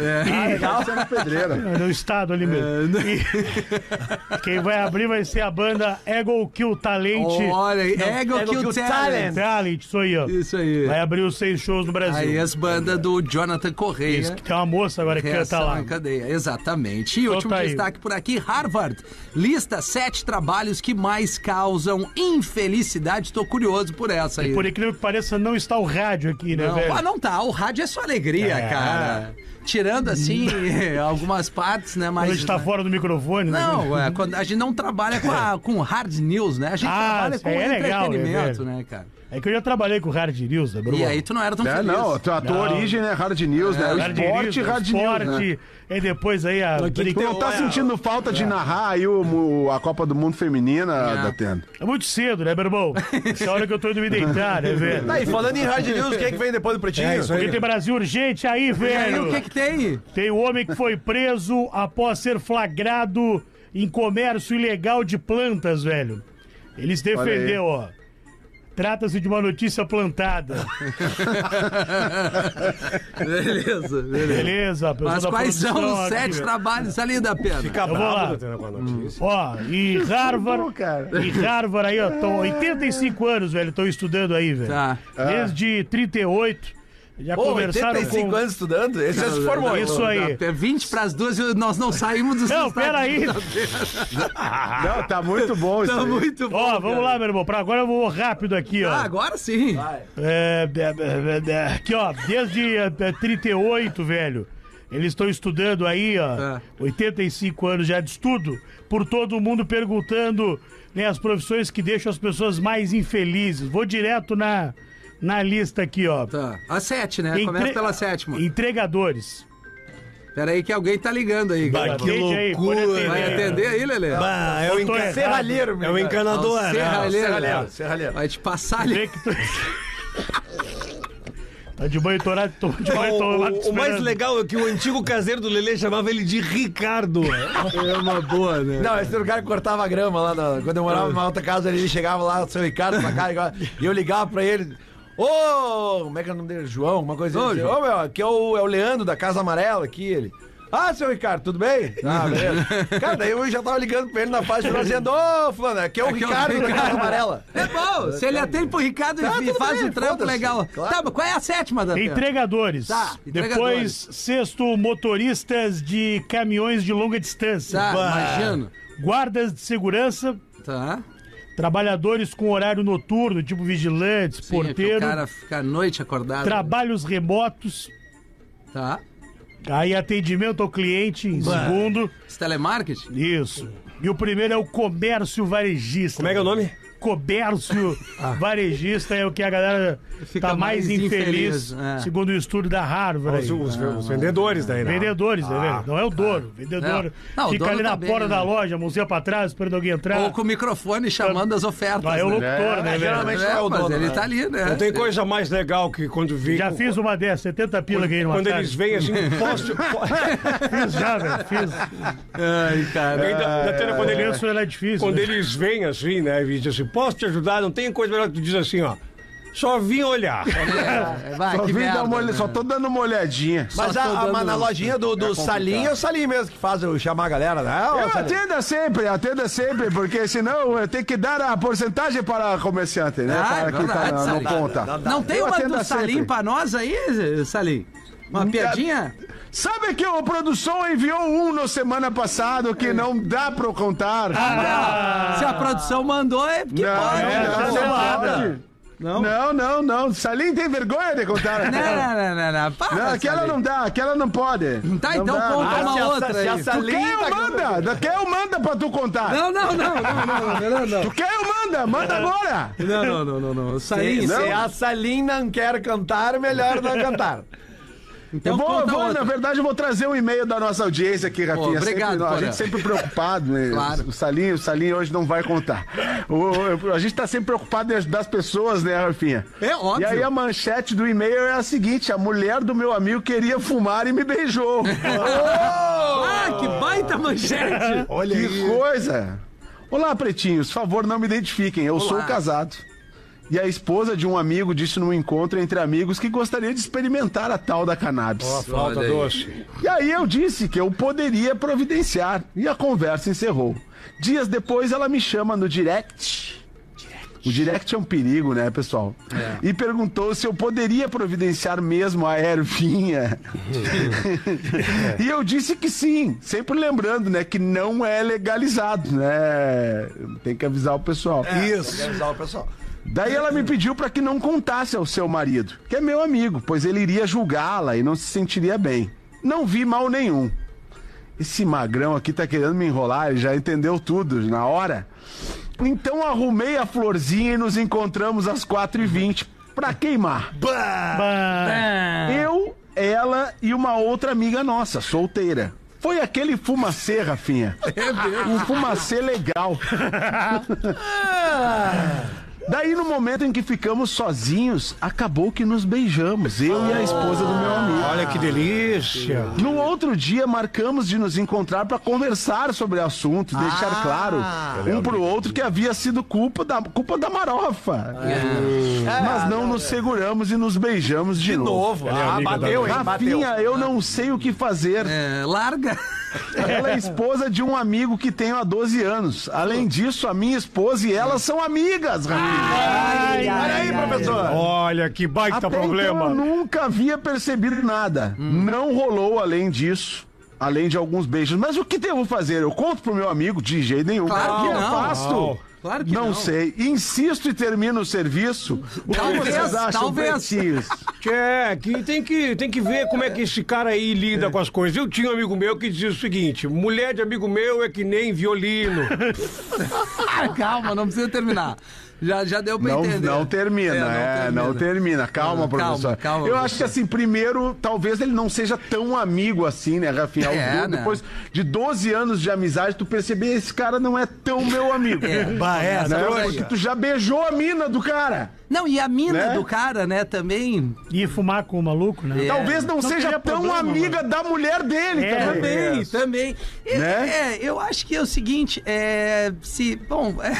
Speaker 3: Vai ser na pedreira.
Speaker 4: É, No estado ali mesmo.
Speaker 5: É.
Speaker 4: E quem vai abrir vai ser a banda Ego Kill Talent.
Speaker 1: Olha aí, Ego
Speaker 5: Ego
Speaker 1: Kill
Speaker 5: Kill
Speaker 1: Talent.
Speaker 5: Talent.
Speaker 4: Talent, isso aí, ó.
Speaker 1: Isso aí.
Speaker 4: Vai abrir os seis shows no Brasil.
Speaker 1: Aí assim, as bandas do Jonathan Correia.
Speaker 4: Isso, que tem uma moça agora que canta
Speaker 1: Reação
Speaker 4: lá.
Speaker 1: em cadeia, exatamente. E
Speaker 4: Então
Speaker 1: último
Speaker 4: tá aí.
Speaker 1: destaque por aqui, Harvard. Lista sete trabalhos que mais causam infelicidade. Tô curioso por essa aí.
Speaker 4: Por incrível que pareça, não está o rádio aqui, né,
Speaker 1: não,
Speaker 4: velho?
Speaker 1: ah, não tá. O rádio é só alegria,
Speaker 4: É.
Speaker 1: cara. Tirando, assim, algumas partes, né?
Speaker 4: Quando
Speaker 1: Mas...
Speaker 4: a gente tá fora do microfone, né?
Speaker 1: Não, é, quando a gente não trabalha com, a- com hard news, né? A gente
Speaker 4: Ah,
Speaker 1: trabalha
Speaker 4: isso
Speaker 1: com
Speaker 4: aí é legal, né,
Speaker 1: entretenimento,
Speaker 4: velho?
Speaker 1: né, cara?
Speaker 4: É que eu já trabalhei com Hard News, né, Bruno?
Speaker 1: E aí tu não era tão
Speaker 3: É,
Speaker 1: feliz.
Speaker 3: não, a tua, a tua
Speaker 4: Não.
Speaker 3: origem é Hard News, né? O
Speaker 4: Hard News,
Speaker 3: esporte e
Speaker 4: o
Speaker 3: Hard News. né?
Speaker 4: esporte, Então, é. e depois aí a...
Speaker 3: Tu não tá sentindo falta de narrar aí o mu- a Copa do Mundo Feminina, Datena?
Speaker 4: É muito cedo, né, meu irmão? Essa hora que eu tô indo me deitar, né, velho?
Speaker 5: Tá, e falando em Hard News, quem é que vem depois do Pretinho?
Speaker 6: É isso aí.
Speaker 4: Porque tem Brasil urgente
Speaker 1: E
Speaker 4: aí,
Speaker 1: aí, o
Speaker 4: velho.
Speaker 1: que que tem?
Speaker 4: Tem o homem que foi preso após ser flagrado em comércio ilegal de plantas, velho. Ele se defendeu, ó. Trata-se de uma notícia plantada.
Speaker 1: Beleza, beleza.
Speaker 4: Beleza, a pessoa
Speaker 1: Mas
Speaker 4: da
Speaker 1: quais
Speaker 4: produção
Speaker 1: são os
Speaker 4: aqui,
Speaker 1: sete
Speaker 4: velho.
Speaker 1: trabalhos ali da pedra?
Speaker 4: Eu vou lá. Ó, e Harvard. E Harvard aí, ó, estão 85 anos, velho, estão estudando aí, velho.
Speaker 1: Tá.
Speaker 4: Desde 38. Já
Speaker 5: Pô,
Speaker 4: conversaram
Speaker 5: 85
Speaker 4: com.
Speaker 5: anos estudando? Esse já se formou.
Speaker 4: Isso aí.
Speaker 1: É 20 para as duas e nós não saímos dos
Speaker 4: Não, peraí. Ah.
Speaker 3: Não, tá muito bom isso.
Speaker 1: Tá
Speaker 3: aí.
Speaker 1: muito bom.
Speaker 4: Ó, vamos lá, meu irmão. Pra agora eu vou rápido aqui, ó.
Speaker 1: Ah, agora sim.
Speaker 4: É, é, é, é, aqui, ó, desde é, é, 38, velho. Eles estão estudando aí, ó,
Speaker 1: Tá.
Speaker 4: 85 anos já de estudo, por todo mundo perguntando né, as profissões que deixam as pessoas mais infelizes. Vou direto na, na lista aqui, ó.
Speaker 1: Tá. A sete, né? Começa
Speaker 4: Entre-
Speaker 1: pela sétima.
Speaker 4: Entregadores.
Speaker 1: Peraí que alguém tá ligando aí, galera.
Speaker 4: que
Speaker 7: loucura.
Speaker 1: Vai atender aí, Lelê?
Speaker 7: Ah, é o, enca...
Speaker 4: Antônio.
Speaker 5: Serralheiro, meu.
Speaker 7: é o encanador,
Speaker 1: Ao
Speaker 7: né?
Speaker 1: serralheiro,
Speaker 5: Serralheiro,
Speaker 1: né?
Speaker 5: serralheiro.
Speaker 1: Vai te passar
Speaker 4: Vê
Speaker 1: ali.
Speaker 4: que tu... tá de banho torado, tô de banho torado.
Speaker 7: O, o mais legal é que o antigo caseiro do Lelê chamava ele de Ricardo.
Speaker 1: É uma boa, né?
Speaker 5: Não, esse lugar que cortava grama lá, na- quando eu morava numa outra casa, ele chegava lá, seu Ricardo, pra cá, igual- e eu ligava pra ele. Ô, como é que é o nome dele? João, uma coisa assim. Ô, meu, aqui é o, é o Leandro da Casa Amarela, aqui ele. Ah, seu Ricardo, tudo bem? Ah, beleza. Cara, daí eu já tava ligando pra ele na fase final, dizendo, ô, fulano, aqui é o
Speaker 1: Aqui é o
Speaker 5: Ricardo da
Speaker 1: Ricardo.
Speaker 5: Casa Amarela.
Speaker 1: É bom, se ele atende pro Ricardo
Speaker 5: Tá,
Speaker 1: e
Speaker 5: tudo
Speaker 1: faz
Speaker 5: bem,
Speaker 1: o trampo
Speaker 5: foda-se,
Speaker 1: legal.
Speaker 5: claro.
Speaker 1: Tá, mas qual é a sétima, Dante?
Speaker 4: Entregadores.
Speaker 1: Tá, entregadores.
Speaker 4: Depois, sexto, motoristas de caminhões de longa distância.
Speaker 1: Tá,
Speaker 4: Bah.
Speaker 1: imagino.
Speaker 4: Guardas de segurança,
Speaker 1: Tá.
Speaker 4: trabalhadores com horário noturno, tipo vigilantes,
Speaker 1: Sim, é que
Speaker 4: porteiro,
Speaker 1: O cara fica a noite acordado.
Speaker 4: trabalhos remotos,
Speaker 1: Tá.
Speaker 4: Aí atendimento ao cliente, em segundo.
Speaker 1: Esse telemarketing?
Speaker 4: Isso. E o primeiro é o comércio varejista.
Speaker 6: Como é que é o nome?
Speaker 4: Comércio varejista é o que a galera
Speaker 1: Ah. Fica
Speaker 4: tá mais,
Speaker 1: mais
Speaker 4: infeliz,
Speaker 1: infeliz, é.
Speaker 4: segundo o estudo da Harvard.
Speaker 6: Os,
Speaker 4: aí.
Speaker 6: os- os vendedores daí, né?
Speaker 4: Vendedores, né, velho? Não é o dono. Vendedor
Speaker 1: É. Não, o
Speaker 4: fica
Speaker 1: dono
Speaker 4: ali na
Speaker 1: tá bem,
Speaker 4: porta
Speaker 1: né?
Speaker 4: da loja, mãozinha pra trás, esperando alguém entrar.
Speaker 1: Ou com o microfone chamando as ofertas.
Speaker 4: Aí é o
Speaker 1: né?
Speaker 4: locutor, né, velho?
Speaker 5: geralmente
Speaker 1: É,
Speaker 5: não é o
Speaker 1: mas
Speaker 5: dono,
Speaker 1: ele
Speaker 5: né?
Speaker 1: tá ali, né?
Speaker 6: Não tem coisa mais legal que quando vi.
Speaker 4: Já fiz uma dessa, 70 pila que numa
Speaker 6: Quando
Speaker 4: tarde.
Speaker 6: eles vêm assim, posso.
Speaker 4: Fiz já, velho, fiz.
Speaker 1: Ai, cara.
Speaker 6: Ainda, ainda tem, né, quando eles-
Speaker 4: Isso era difícil.
Speaker 6: Quando
Speaker 4: né?
Speaker 6: eles vêm assim, né, e dizem assim, posso te ajudar? Não tem coisa melhor que tu diz assim, ó. Só vim olhar.
Speaker 1: É, vai,
Speaker 3: Só,
Speaker 1: que
Speaker 3: vim dar
Speaker 1: merda,
Speaker 3: uma olhada,
Speaker 1: né?
Speaker 3: só tô dando uma olhadinha.
Speaker 5: Mas, a,
Speaker 1: tô
Speaker 5: a-
Speaker 1: dando-
Speaker 5: mas na lojinha do, do Salim, é o Salim mesmo que faz eu chamar a galera, né?
Speaker 1: É
Speaker 5: Ô,
Speaker 3: Eu
Speaker 5: Salim.
Speaker 3: atenda sempre, atenda sempre, porque senão eu tenho que dar a porcentagem para a comerciante, né?
Speaker 1: Ah, é
Speaker 3: para quem tá
Speaker 1: verdade,
Speaker 3: na- no
Speaker 1: Salim.
Speaker 3: ponta.
Speaker 1: Não tem
Speaker 3: Eu
Speaker 1: uma
Speaker 3: atendo
Speaker 1: do Salim
Speaker 3: sempre.
Speaker 1: pra nós aí, Salim? Uma piadinha?
Speaker 3: Sabe que o produção enviou um na semana passada que não dá pra eu contar?
Speaker 1: Se a produção mandou, é porque
Speaker 3: não,
Speaker 1: Ah, pode. né?
Speaker 3: não, não, não,
Speaker 4: Cancelada.
Speaker 3: não, não, não, não. Salim tem vergonha de contar.
Speaker 1: Não, não, não, não, não. Para,
Speaker 3: Não, aquela
Speaker 1: Salim.
Speaker 3: não dá, aquela não pode.
Speaker 1: Tá,
Speaker 3: Não
Speaker 1: então
Speaker 3: dá,
Speaker 5: Ah,
Speaker 1: conta
Speaker 3: não.
Speaker 1: uma
Speaker 5: se a-
Speaker 1: outra
Speaker 5: se a
Speaker 1: aí.
Speaker 5: Salim-
Speaker 3: Tu quer eu manda, tu quer eu manda pra tu contar.
Speaker 1: Não, não, não, não, não, não, não.
Speaker 3: Tu quer eu manda, manda agora.
Speaker 1: Não, não, não, não, não. Salim,
Speaker 3: né?
Speaker 5: Se a Salim não quer cantar, melhor não cantar.
Speaker 1: então
Speaker 3: eu vou,
Speaker 1: conta
Speaker 3: eu vou,
Speaker 1: outra.
Speaker 3: na verdade, eu vou trazer um e-mail da nossa audiência aqui, Rafinha. Sempre-
Speaker 1: obrigado,
Speaker 3: a
Speaker 1: Porã.
Speaker 3: gente sempre preocupado, né?
Speaker 1: Claro.
Speaker 3: O Salinho, o Salinho hoje não vai contar. O- o- a gente tá sempre preocupado em ajudar as pessoas, né, Rafinha?
Speaker 1: É óbvio.
Speaker 3: E aí a manchete do e-mail é a seguinte: a mulher do meu amigo queria fumar e me beijou.
Speaker 1: Ah, que baita manchete!
Speaker 3: Olha que coisa! Olá, pretinhos, favor, não me identifiquem. Eu sou casado. E a esposa de um amigo disse num encontro entre amigos que gostaria de experimentar a tal da cannabis.
Speaker 6: Falta doce.
Speaker 3: E aí eu disse que eu poderia providenciar e a conversa encerrou. Dias depois ela me chama no direct. O direct é um perigo, né, pessoal? E perguntou se eu poderia providenciar mesmo a ervinha. e eu disse que sim, sempre lembrando, né, que não é legalizado, né? Tem que avisar o pessoal.
Speaker 5: Tem que avisar o pessoal.
Speaker 3: Daí ela me pediu para que não contasse ao seu marido, que é meu amigo, pois ele iria julgá-la e não se sentiria bem. Não vi mal nenhum. Esse magrão aqui tá querendo me enrolar, ele já entendeu tudo na hora. Então arrumei a florzinha e nos encontramos às 4h20 pra queimar.
Speaker 4: Bah,
Speaker 6: É.
Speaker 3: Eu, ela e uma outra amiga nossa, solteira. Foi aquele fumacê, Rafinha.
Speaker 6: É
Speaker 3: Um fumacê legal.
Speaker 6: Ah.
Speaker 3: Daí, no momento em que ficamos sozinhos, acabou que nos beijamos, eu e a esposa do meu amigo.
Speaker 6: Olha que delícia.
Speaker 3: No outro dia, marcamos de nos encontrar para conversar sobre o assunto,
Speaker 6: Ah.
Speaker 3: deixar claro um pro outro que havia sido culpa da, culpa da marofa.
Speaker 6: É.
Speaker 1: É,
Speaker 3: Mas não nos seguramos e nos beijamos de, novo.
Speaker 5: Novo.
Speaker 7: é
Speaker 5: Ah, bateu, hein? Bateu.
Speaker 3: Rafinha, eu não sei o que fazer.
Speaker 1: É, larga!
Speaker 3: Ela é esposa de um amigo que tenho há 12 anos. Além disso, a minha esposa e ela são amigas, Rafinha.
Speaker 5: Olha aí,
Speaker 1: tá
Speaker 5: professor.
Speaker 6: Olha que baita
Speaker 3: Até
Speaker 6: problema.
Speaker 3: então eu nunca havia percebido nada.
Speaker 1: Hum.
Speaker 3: Não rolou além disso. Além de alguns beijos. Mas o que devo fazer? Eu conto pro meu amigo? De jeito nenhum.
Speaker 1: Claro
Speaker 3: O
Speaker 1: que
Speaker 3: eu
Speaker 1: não.
Speaker 3: faço?
Speaker 1: Claro que não.
Speaker 3: sei. Insisto e termino o serviço. O que
Speaker 1: Talvez,
Speaker 3: vocês acham,
Speaker 1: talvez.
Speaker 3: pretinhos?
Speaker 6: É, que tem, que tem que ver como é que esse cara aí
Speaker 4: É.
Speaker 6: lida com as coisas. Eu tinha um amigo meu que dizia o seguinte: mulher de amigo meu é que nem violino.
Speaker 1: Ah, calma, não precisa terminar. Já, já deu pra
Speaker 3: Não,
Speaker 1: entender.
Speaker 3: não termina, é, não termina. Calma,
Speaker 1: Não, calma,
Speaker 3: professor.
Speaker 1: calma,
Speaker 3: Eu acho
Speaker 1: professor.
Speaker 3: que assim, primeiro, talvez ele não seja tão amigo assim, né, Rafinha? Ao
Speaker 1: É,
Speaker 3: do-
Speaker 1: né?
Speaker 3: Depois de 12 anos de amizade, tu perceber esse cara não é tão meu amigo.
Speaker 1: É.
Speaker 3: Bah, é, né?
Speaker 1: trouxa.
Speaker 3: Porque tu já beijou a mina do cara.
Speaker 1: Não, e a mina
Speaker 3: Né?
Speaker 1: do cara, né, também.
Speaker 4: E fumar com o maluco, né?
Speaker 1: É.
Speaker 3: Talvez não,
Speaker 4: Não
Speaker 3: seja
Speaker 4: teria
Speaker 3: tão
Speaker 4: problema,
Speaker 3: amiga da mulher dele tá
Speaker 4: É.
Speaker 3: também.
Speaker 1: Também, também. E,
Speaker 3: Né?
Speaker 1: É, eu acho que é o seguinte, é. Se. Bom, é.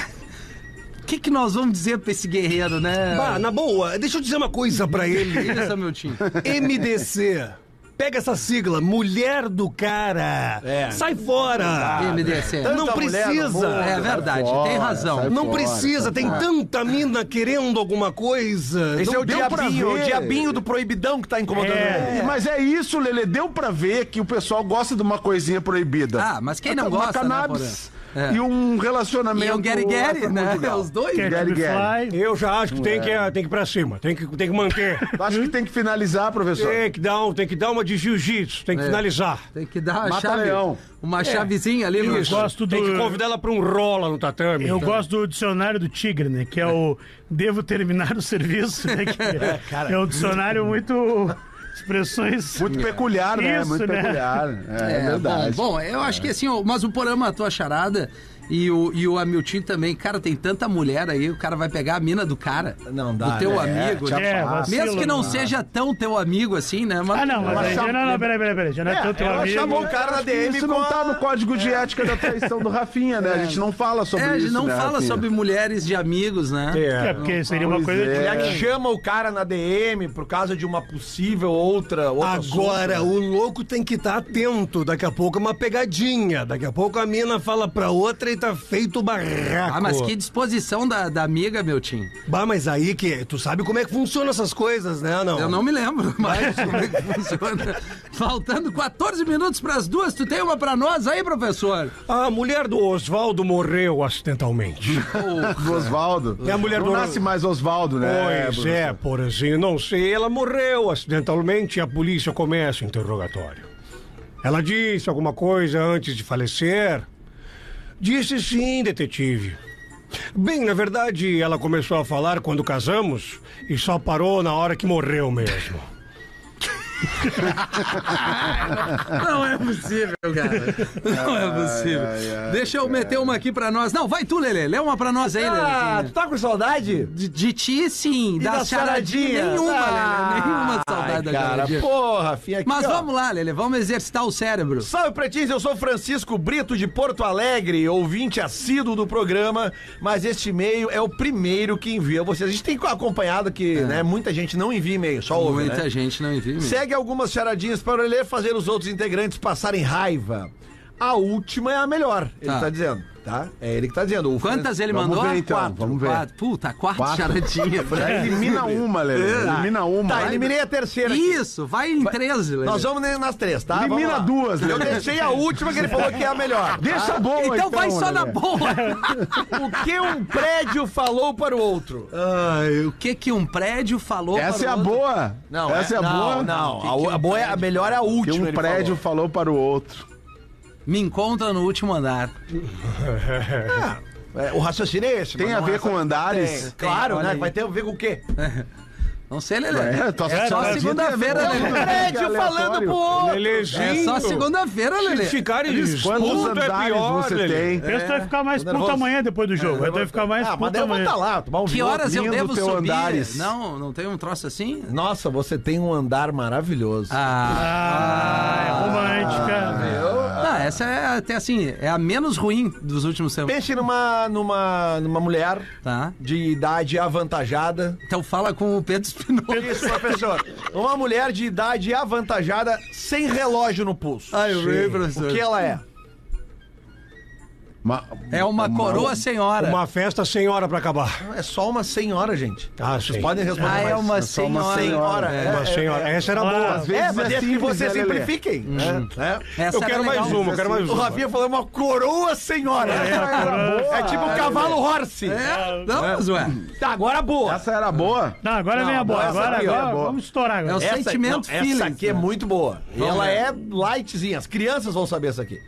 Speaker 1: O que, que nós vamos dizer pra esse guerreiro, né?
Speaker 7: Bah, na boa, deixa eu dizer uma coisa pra ele.
Speaker 1: Isso, meu tio.
Speaker 7: MDC. Pega essa sigla, mulher do cara.
Speaker 5: É.
Speaker 7: Sai fora.
Speaker 1: MDC.
Speaker 7: Não
Speaker 5: Tanta mulher no
Speaker 7: precisa.
Speaker 5: mundo.
Speaker 1: É verdade,
Speaker 3: fora,
Speaker 1: tem razão.
Speaker 3: sai
Speaker 7: Não
Speaker 3: Fora,
Speaker 7: precisa, tem tanta mina querendo alguma coisa.
Speaker 5: Esse
Speaker 7: Não
Speaker 5: é o
Speaker 7: deu pra
Speaker 5: diabinho, o
Speaker 7: ver.
Speaker 5: diabinho do proibidão que tá incomodando
Speaker 4: É.
Speaker 5: ele.
Speaker 3: Mas é isso, Lele. Deu pra ver que o pessoal gosta de uma coisinha proibida.
Speaker 1: Ah, mas quem não
Speaker 3: Uma
Speaker 1: gosta, né,
Speaker 3: cannabis. e um relacionamento.
Speaker 1: E o Gary Gary, né?
Speaker 3: conjugal.
Speaker 1: Os dois.
Speaker 4: Catch
Speaker 3: Gary
Speaker 4: me
Speaker 3: Gary.
Speaker 4: é, fly.
Speaker 6: Eu já acho que tem que, eh, tem que ir pra cima, tem que, tem que manter.
Speaker 3: Acho que tem que finalizar, professor.
Speaker 6: Tem que dar, um, tem que dar uma de jiu-jitsu, tem que
Speaker 1: É.
Speaker 6: finalizar.
Speaker 1: Tem que dar uma
Speaker 3: Mata
Speaker 1: chave.
Speaker 3: leão.
Speaker 1: Uma chavezinha ali no.
Speaker 6: Isso.
Speaker 4: gosto
Speaker 6: Tem
Speaker 4: do-
Speaker 6: que convidar ela pra um rola no tatame.
Speaker 4: Eu gosto do dicionário do Tigre, né? Que é o Devo Terminar o Serviço, né? que é, é um dicionário muito. expressões.
Speaker 3: Muito peculiar, né?
Speaker 4: Isso,
Speaker 3: Muito
Speaker 4: né?
Speaker 3: peculiar. É,
Speaker 1: É,
Speaker 3: verdade.
Speaker 1: Bom, bom, eu acho que assim, ó, mas o Porama, a tua charada e o, e o Hamilton também. Cara, tem tanta mulher aí, o cara vai pegar a mina do cara.
Speaker 5: Não dá,
Speaker 1: Do teu
Speaker 5: né?
Speaker 1: amigo.
Speaker 3: É,
Speaker 1: né?
Speaker 4: É, vacilo,
Speaker 1: Mesmo que não
Speaker 4: né?
Speaker 1: seja tão teu amigo assim, né? Mas-
Speaker 4: Ah, não, mas aí. Não, não, peraí, peraí, peraí. Já não é, tanto
Speaker 5: ela
Speaker 4: amigo.
Speaker 5: chamou o cara na DM
Speaker 3: Isso
Speaker 5: com
Speaker 3: não
Speaker 5: a-
Speaker 3: tá no código de ética da traição do Rafinha, né? A gente não fala sobre
Speaker 1: É,
Speaker 3: isso.
Speaker 1: a gente não
Speaker 3: né,
Speaker 1: fala
Speaker 3: Rafinha?
Speaker 1: sobre mulheres de amigos, né?
Speaker 4: É, porque seria uma
Speaker 3: Pois
Speaker 4: coisa.
Speaker 3: é.
Speaker 4: de-
Speaker 5: E a que chama o cara na DM por causa de uma possível outra. outro
Speaker 7: Agora,
Speaker 5: assunto. né?
Speaker 7: o louco tem que estar
Speaker 6: tá
Speaker 7: atento. Daqui a pouco é uma pegadinha. Daqui a pouco a mina fala pra outra e tá feito o barraco.
Speaker 1: Ah, mas que disposição da, da amiga, meu time.
Speaker 7: Bah, mas aí que. Tu sabe como é que funcionam essas coisas, né? Não.
Speaker 1: Eu não me lembro mais como é que funciona. Faltando 14 minutos para as duas, tu tem uma para nós aí, professor?
Speaker 6: A mulher do Oswaldo morreu acidentalmente.
Speaker 3: Do Oswaldo.
Speaker 6: É a mulher
Speaker 3: não
Speaker 6: do-
Speaker 3: nasce mais Oswaldo, né?
Speaker 6: Pois
Speaker 3: Bruno?
Speaker 6: é, por assim, não sei. Ela morreu acidentalmente e a polícia começa o interrogatório. Ela disse alguma coisa antes de falecer? Disse sim, detetive. Bem, na verdade, ela começou a falar quando casamos e só parou na hora que morreu mesmo.
Speaker 1: Não é possível, cara. Não é possível. Deixa eu meter uma aqui pra nós. Não, vai tu, Lelê. Lê uma pra nós aí,
Speaker 5: Ah,
Speaker 1: Lelê.
Speaker 5: tu tá com saudade?
Speaker 1: De, de ti, sim. Da,
Speaker 5: da
Speaker 1: charadinha.
Speaker 5: charadinha?
Speaker 1: Nenhuma,
Speaker 5: Ah,
Speaker 1: Lelê. Nenhuma saudade da
Speaker 5: Cara,
Speaker 1: charadinha.
Speaker 5: porra, Fia, aqui,
Speaker 1: Mas
Speaker 5: ó.
Speaker 1: vamos lá, Lelê. Vamos exercitar o cérebro.
Speaker 5: Salve Pretins, eu sou Francisco Brito de Porto Alegre, ouvinte assíduo do programa, mas este e-mail é o primeiro que envia vocês. A gente tem acompanhado que né, muita gente não envia e-mail, só ouve.
Speaker 1: Muita
Speaker 5: né?
Speaker 1: gente não envia. mesmo.
Speaker 5: Segue algumas charadinhas para ler fazer os outros integrantes passarem raiva. A última é a melhor, ele
Speaker 1: Tá.
Speaker 5: tá dizendo, tá? É ele que tá dizendo. O
Speaker 1: Quantas ele
Speaker 3: Vamos
Speaker 1: mandou?
Speaker 3: ver, então,
Speaker 1: Quatro.
Speaker 3: vamos ver.
Speaker 1: Quatro. Puta, quatro,
Speaker 3: Quatro.
Speaker 1: charadinhas.
Speaker 3: Já Elimina uma, Lelê. Elimina uma.
Speaker 5: Tá, eliminei a terceira. aqui.
Speaker 1: Isso, vai em 13, Lelê.
Speaker 5: Nós vamos nas três, tá? Vamos
Speaker 3: Elimina
Speaker 5: lá.
Speaker 3: duas, né?
Speaker 5: Eu deixei a última que ele falou que é a melhor.
Speaker 3: Deixa boa,
Speaker 1: então,
Speaker 3: então.
Speaker 1: vai só na
Speaker 3: Lelê.
Speaker 1: boa.
Speaker 5: O que um prédio falou para o outro?
Speaker 3: Ah,
Speaker 1: Ai, o que que um prédio falou
Speaker 3: Essa
Speaker 1: para
Speaker 3: é
Speaker 1: o
Speaker 3: a
Speaker 1: outro?
Speaker 3: boa. Essa é, a
Speaker 1: Que
Speaker 3: boa.
Speaker 5: Não,
Speaker 1: que
Speaker 5: não. A,
Speaker 1: um
Speaker 5: a boa é a melhor é a
Speaker 3: Que
Speaker 5: última.
Speaker 3: um
Speaker 5: ele
Speaker 3: prédio
Speaker 5: falou.
Speaker 3: falou para o outro.
Speaker 1: Me encontra no último andar.
Speaker 5: É, o raciocínio é esse.
Speaker 3: Tem
Speaker 5: mas
Speaker 3: a
Speaker 5: não
Speaker 3: ver
Speaker 5: é-
Speaker 3: com andares?
Speaker 5: Tem, Claro,
Speaker 1: Tem, olha
Speaker 5: né?
Speaker 1: aí.
Speaker 5: Vai ter a ver com o quê?
Speaker 1: Não sei, Lelê.
Speaker 3: É, tô
Speaker 4: É,
Speaker 1: Só
Speaker 4: Cara,
Speaker 1: segunda-feira,
Speaker 5: Um
Speaker 1: Lelê.
Speaker 5: prédio falando pro outro.
Speaker 6: Lelezinho.
Speaker 1: É só segunda-feira, Lelê.
Speaker 6: Se ficarem
Speaker 3: Quantos
Speaker 6: disputa é
Speaker 3: andares
Speaker 6: pior,
Speaker 3: você
Speaker 6: Lelê.
Speaker 3: tem?
Speaker 4: Pensa que tu vai ficar mais
Speaker 5: Tô
Speaker 4: puto
Speaker 5: É, nervoso.
Speaker 4: amanhã depois do jogo. Aí tu vai ficar mais
Speaker 5: Ah, mas
Speaker 4: puto
Speaker 5: daí eu vou
Speaker 4: amanhã.
Speaker 5: estar lá, tomar um
Speaker 1: Que
Speaker 5: vinho.
Speaker 1: horas eu
Speaker 3: Lindo
Speaker 1: devo
Speaker 3: teu
Speaker 1: subir?
Speaker 3: andares.
Speaker 1: Não, não tem um troço assim?
Speaker 5: Nossa, você tem um andar maravilhoso.
Speaker 1: Ah,
Speaker 4: Ah, é
Speaker 5: Ah,
Speaker 4: romântica.
Speaker 1: não, essa é até assim, é a menos ruim dos últimos tempos,
Speaker 5: Pense numa, numa, numa mulher
Speaker 1: tá?
Speaker 5: de idade avantajada.
Speaker 1: Então fala com o Pedro Espinosa.
Speaker 5: Isso, professor. Uma mulher de idade avantajada sem relógio no pulso.
Speaker 1: Ai, eu vi,
Speaker 5: O
Speaker 1: professor.
Speaker 5: que ela é?
Speaker 3: Ma-
Speaker 1: É uma coroa senhora.
Speaker 6: Uma festa sem hora pra acabar.
Speaker 5: Não, É só uma senhora, gente.
Speaker 6: Ah,
Speaker 5: Vocês
Speaker 6: sim.
Speaker 5: podem responder
Speaker 1: Ah, é
Speaker 5: mais.
Speaker 1: uma
Speaker 5: É só uma
Speaker 1: senhora.
Speaker 5: senhora.
Speaker 1: É.
Speaker 5: É,
Speaker 6: Uma senhora. Essa era boa.
Speaker 4: Às
Speaker 5: É,
Speaker 3: vezes
Speaker 5: mas
Speaker 3: é
Speaker 5: é que
Speaker 3: simples,
Speaker 5: vocês
Speaker 3: né, Lelê?
Speaker 5: simplifiquem. né? É.
Speaker 1: Essa
Speaker 6: Eu
Speaker 1: era
Speaker 6: quero
Speaker 1: legal.
Speaker 6: mais uma, eu quero mais
Speaker 5: O
Speaker 6: uma.
Speaker 5: Rafinha falou uma coroa senhora. É, tipo um cavalo horse.
Speaker 1: É, não, mas ué,
Speaker 5: Tá, agora boa.
Speaker 3: Essa era boa?
Speaker 4: Não, agora
Speaker 5: Não,
Speaker 4: vem a boa.
Speaker 5: essa
Speaker 4: Agora,
Speaker 5: aqui, ó,
Speaker 4: agora,
Speaker 5: é boa.
Speaker 4: vamos estourar
Speaker 1: é o
Speaker 4: agora.
Speaker 1: sentimento
Speaker 5: não,
Speaker 1: feeling.
Speaker 5: Essa aqui é muito boa. E
Speaker 1: Vamos
Speaker 5: ela
Speaker 1: ver.
Speaker 5: é lightzinha. As crianças vão saber essa aqui.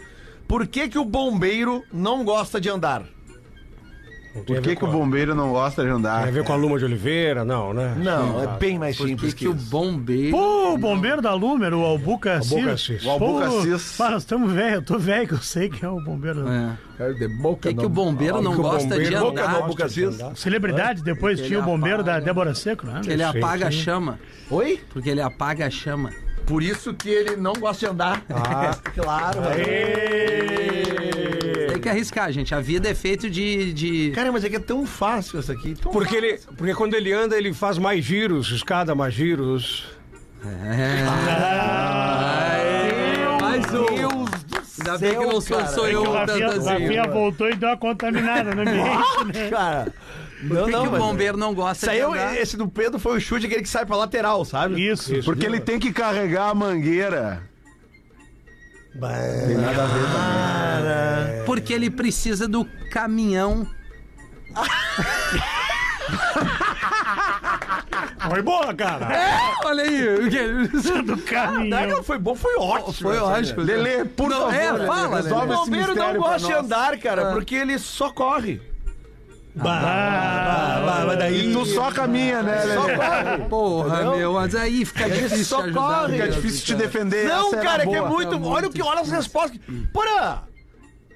Speaker 5: Por que, que o bombeiro não gosta de andar?
Speaker 3: Por que, que o bombeiro não gosta de
Speaker 6: Tem a
Speaker 3: andar?
Speaker 6: ver com a Luma de Oliveira? Não, né?
Speaker 5: Não, é bem mais
Speaker 1: Por que
Speaker 5: simples
Speaker 1: que o
Speaker 5: isso.
Speaker 1: bombeiro...
Speaker 4: Pô, o bombeiro da Lumer, o Albuca Assis.
Speaker 6: Albuca Assis.
Speaker 3: O Albuca
Speaker 4: Pô,
Speaker 3: Assis.
Speaker 4: Pá, nós estamos velho, eu tô velho, que eu sei que é o bombeiro da Lumer.
Speaker 1: É. Por que que o bombeiro não
Speaker 6: que o
Speaker 1: gosta de
Speaker 6: bombeiro não
Speaker 1: andar?
Speaker 6: gosta de andar.
Speaker 4: Celebridade, depois tinha o bombeiro da Débora Seco, né?
Speaker 1: é Ele é
Speaker 6: sei,
Speaker 1: apaga a
Speaker 6: sim.
Speaker 1: chama.
Speaker 5: Oi?
Speaker 1: Porque ele apaga a chama.
Speaker 5: Por isso que ele não gosta de andar.
Speaker 6: Ah.
Speaker 5: claro.
Speaker 1: Tem que arriscar, gente. A vida é feita de. de...
Speaker 5: Cara, mas é que é tão fácil essa aqui. tão
Speaker 6: Porque, ele, porque quando ele anda, ele faz mais giros, escada mais giros.
Speaker 1: Mais um. Deus Ainda bem que não sou, sou eu
Speaker 4: É O
Speaker 1: tanto
Speaker 4: Rafinha, o
Speaker 1: assim.
Speaker 4: Rafinha voltou e deu uma contaminada no ambiente. né?
Speaker 5: fácil, cara. Não,
Speaker 1: Por que, que o
Speaker 5: mas-
Speaker 1: bombeiro não gosta
Speaker 5: Isso aí, é um
Speaker 1: de
Speaker 5: eu-
Speaker 1: andar?
Speaker 5: esse do Pedro foi o chute aquele que sai pra lateral, sabe?
Speaker 4: Isso.
Speaker 3: Porque ele tem que carregar a mangueira.
Speaker 1: Por porque ele precisa do caminhão.
Speaker 6: Foi boa, cara.
Speaker 1: É, olha aí. o que-
Speaker 4: Do
Speaker 5: Ah,
Speaker 4: caminhão.
Speaker 5: foi bom, foi ótimo.
Speaker 1: Foi ótimo.
Speaker 3: Lele, por
Speaker 1: Não,
Speaker 3: favor,
Speaker 1: é,
Speaker 3: Lelê,
Speaker 1: fala,
Speaker 3: resolve
Speaker 1: Lelê.
Speaker 3: esse
Speaker 5: Bombeiro não
Speaker 3: mistério pra
Speaker 5: gosta de
Speaker 3: nós.
Speaker 5: andar, cara, porque ele só corre. Ah,
Speaker 6: Bah, bah, bah, daí...
Speaker 3: Tu só caminha, né, Lelê?
Speaker 1: Porra, meu, mas aí fica difícil
Speaker 5: só
Speaker 1: ajudar.
Speaker 5: corre,
Speaker 3: Fica
Speaker 1: mesmo,
Speaker 3: difícil te
Speaker 1: cara.
Speaker 3: defender.
Speaker 5: Não,
Speaker 3: essa era
Speaker 5: cara, que é
Speaker 3: boa.
Speaker 5: muito. olha o que, olha as respostas. Porã!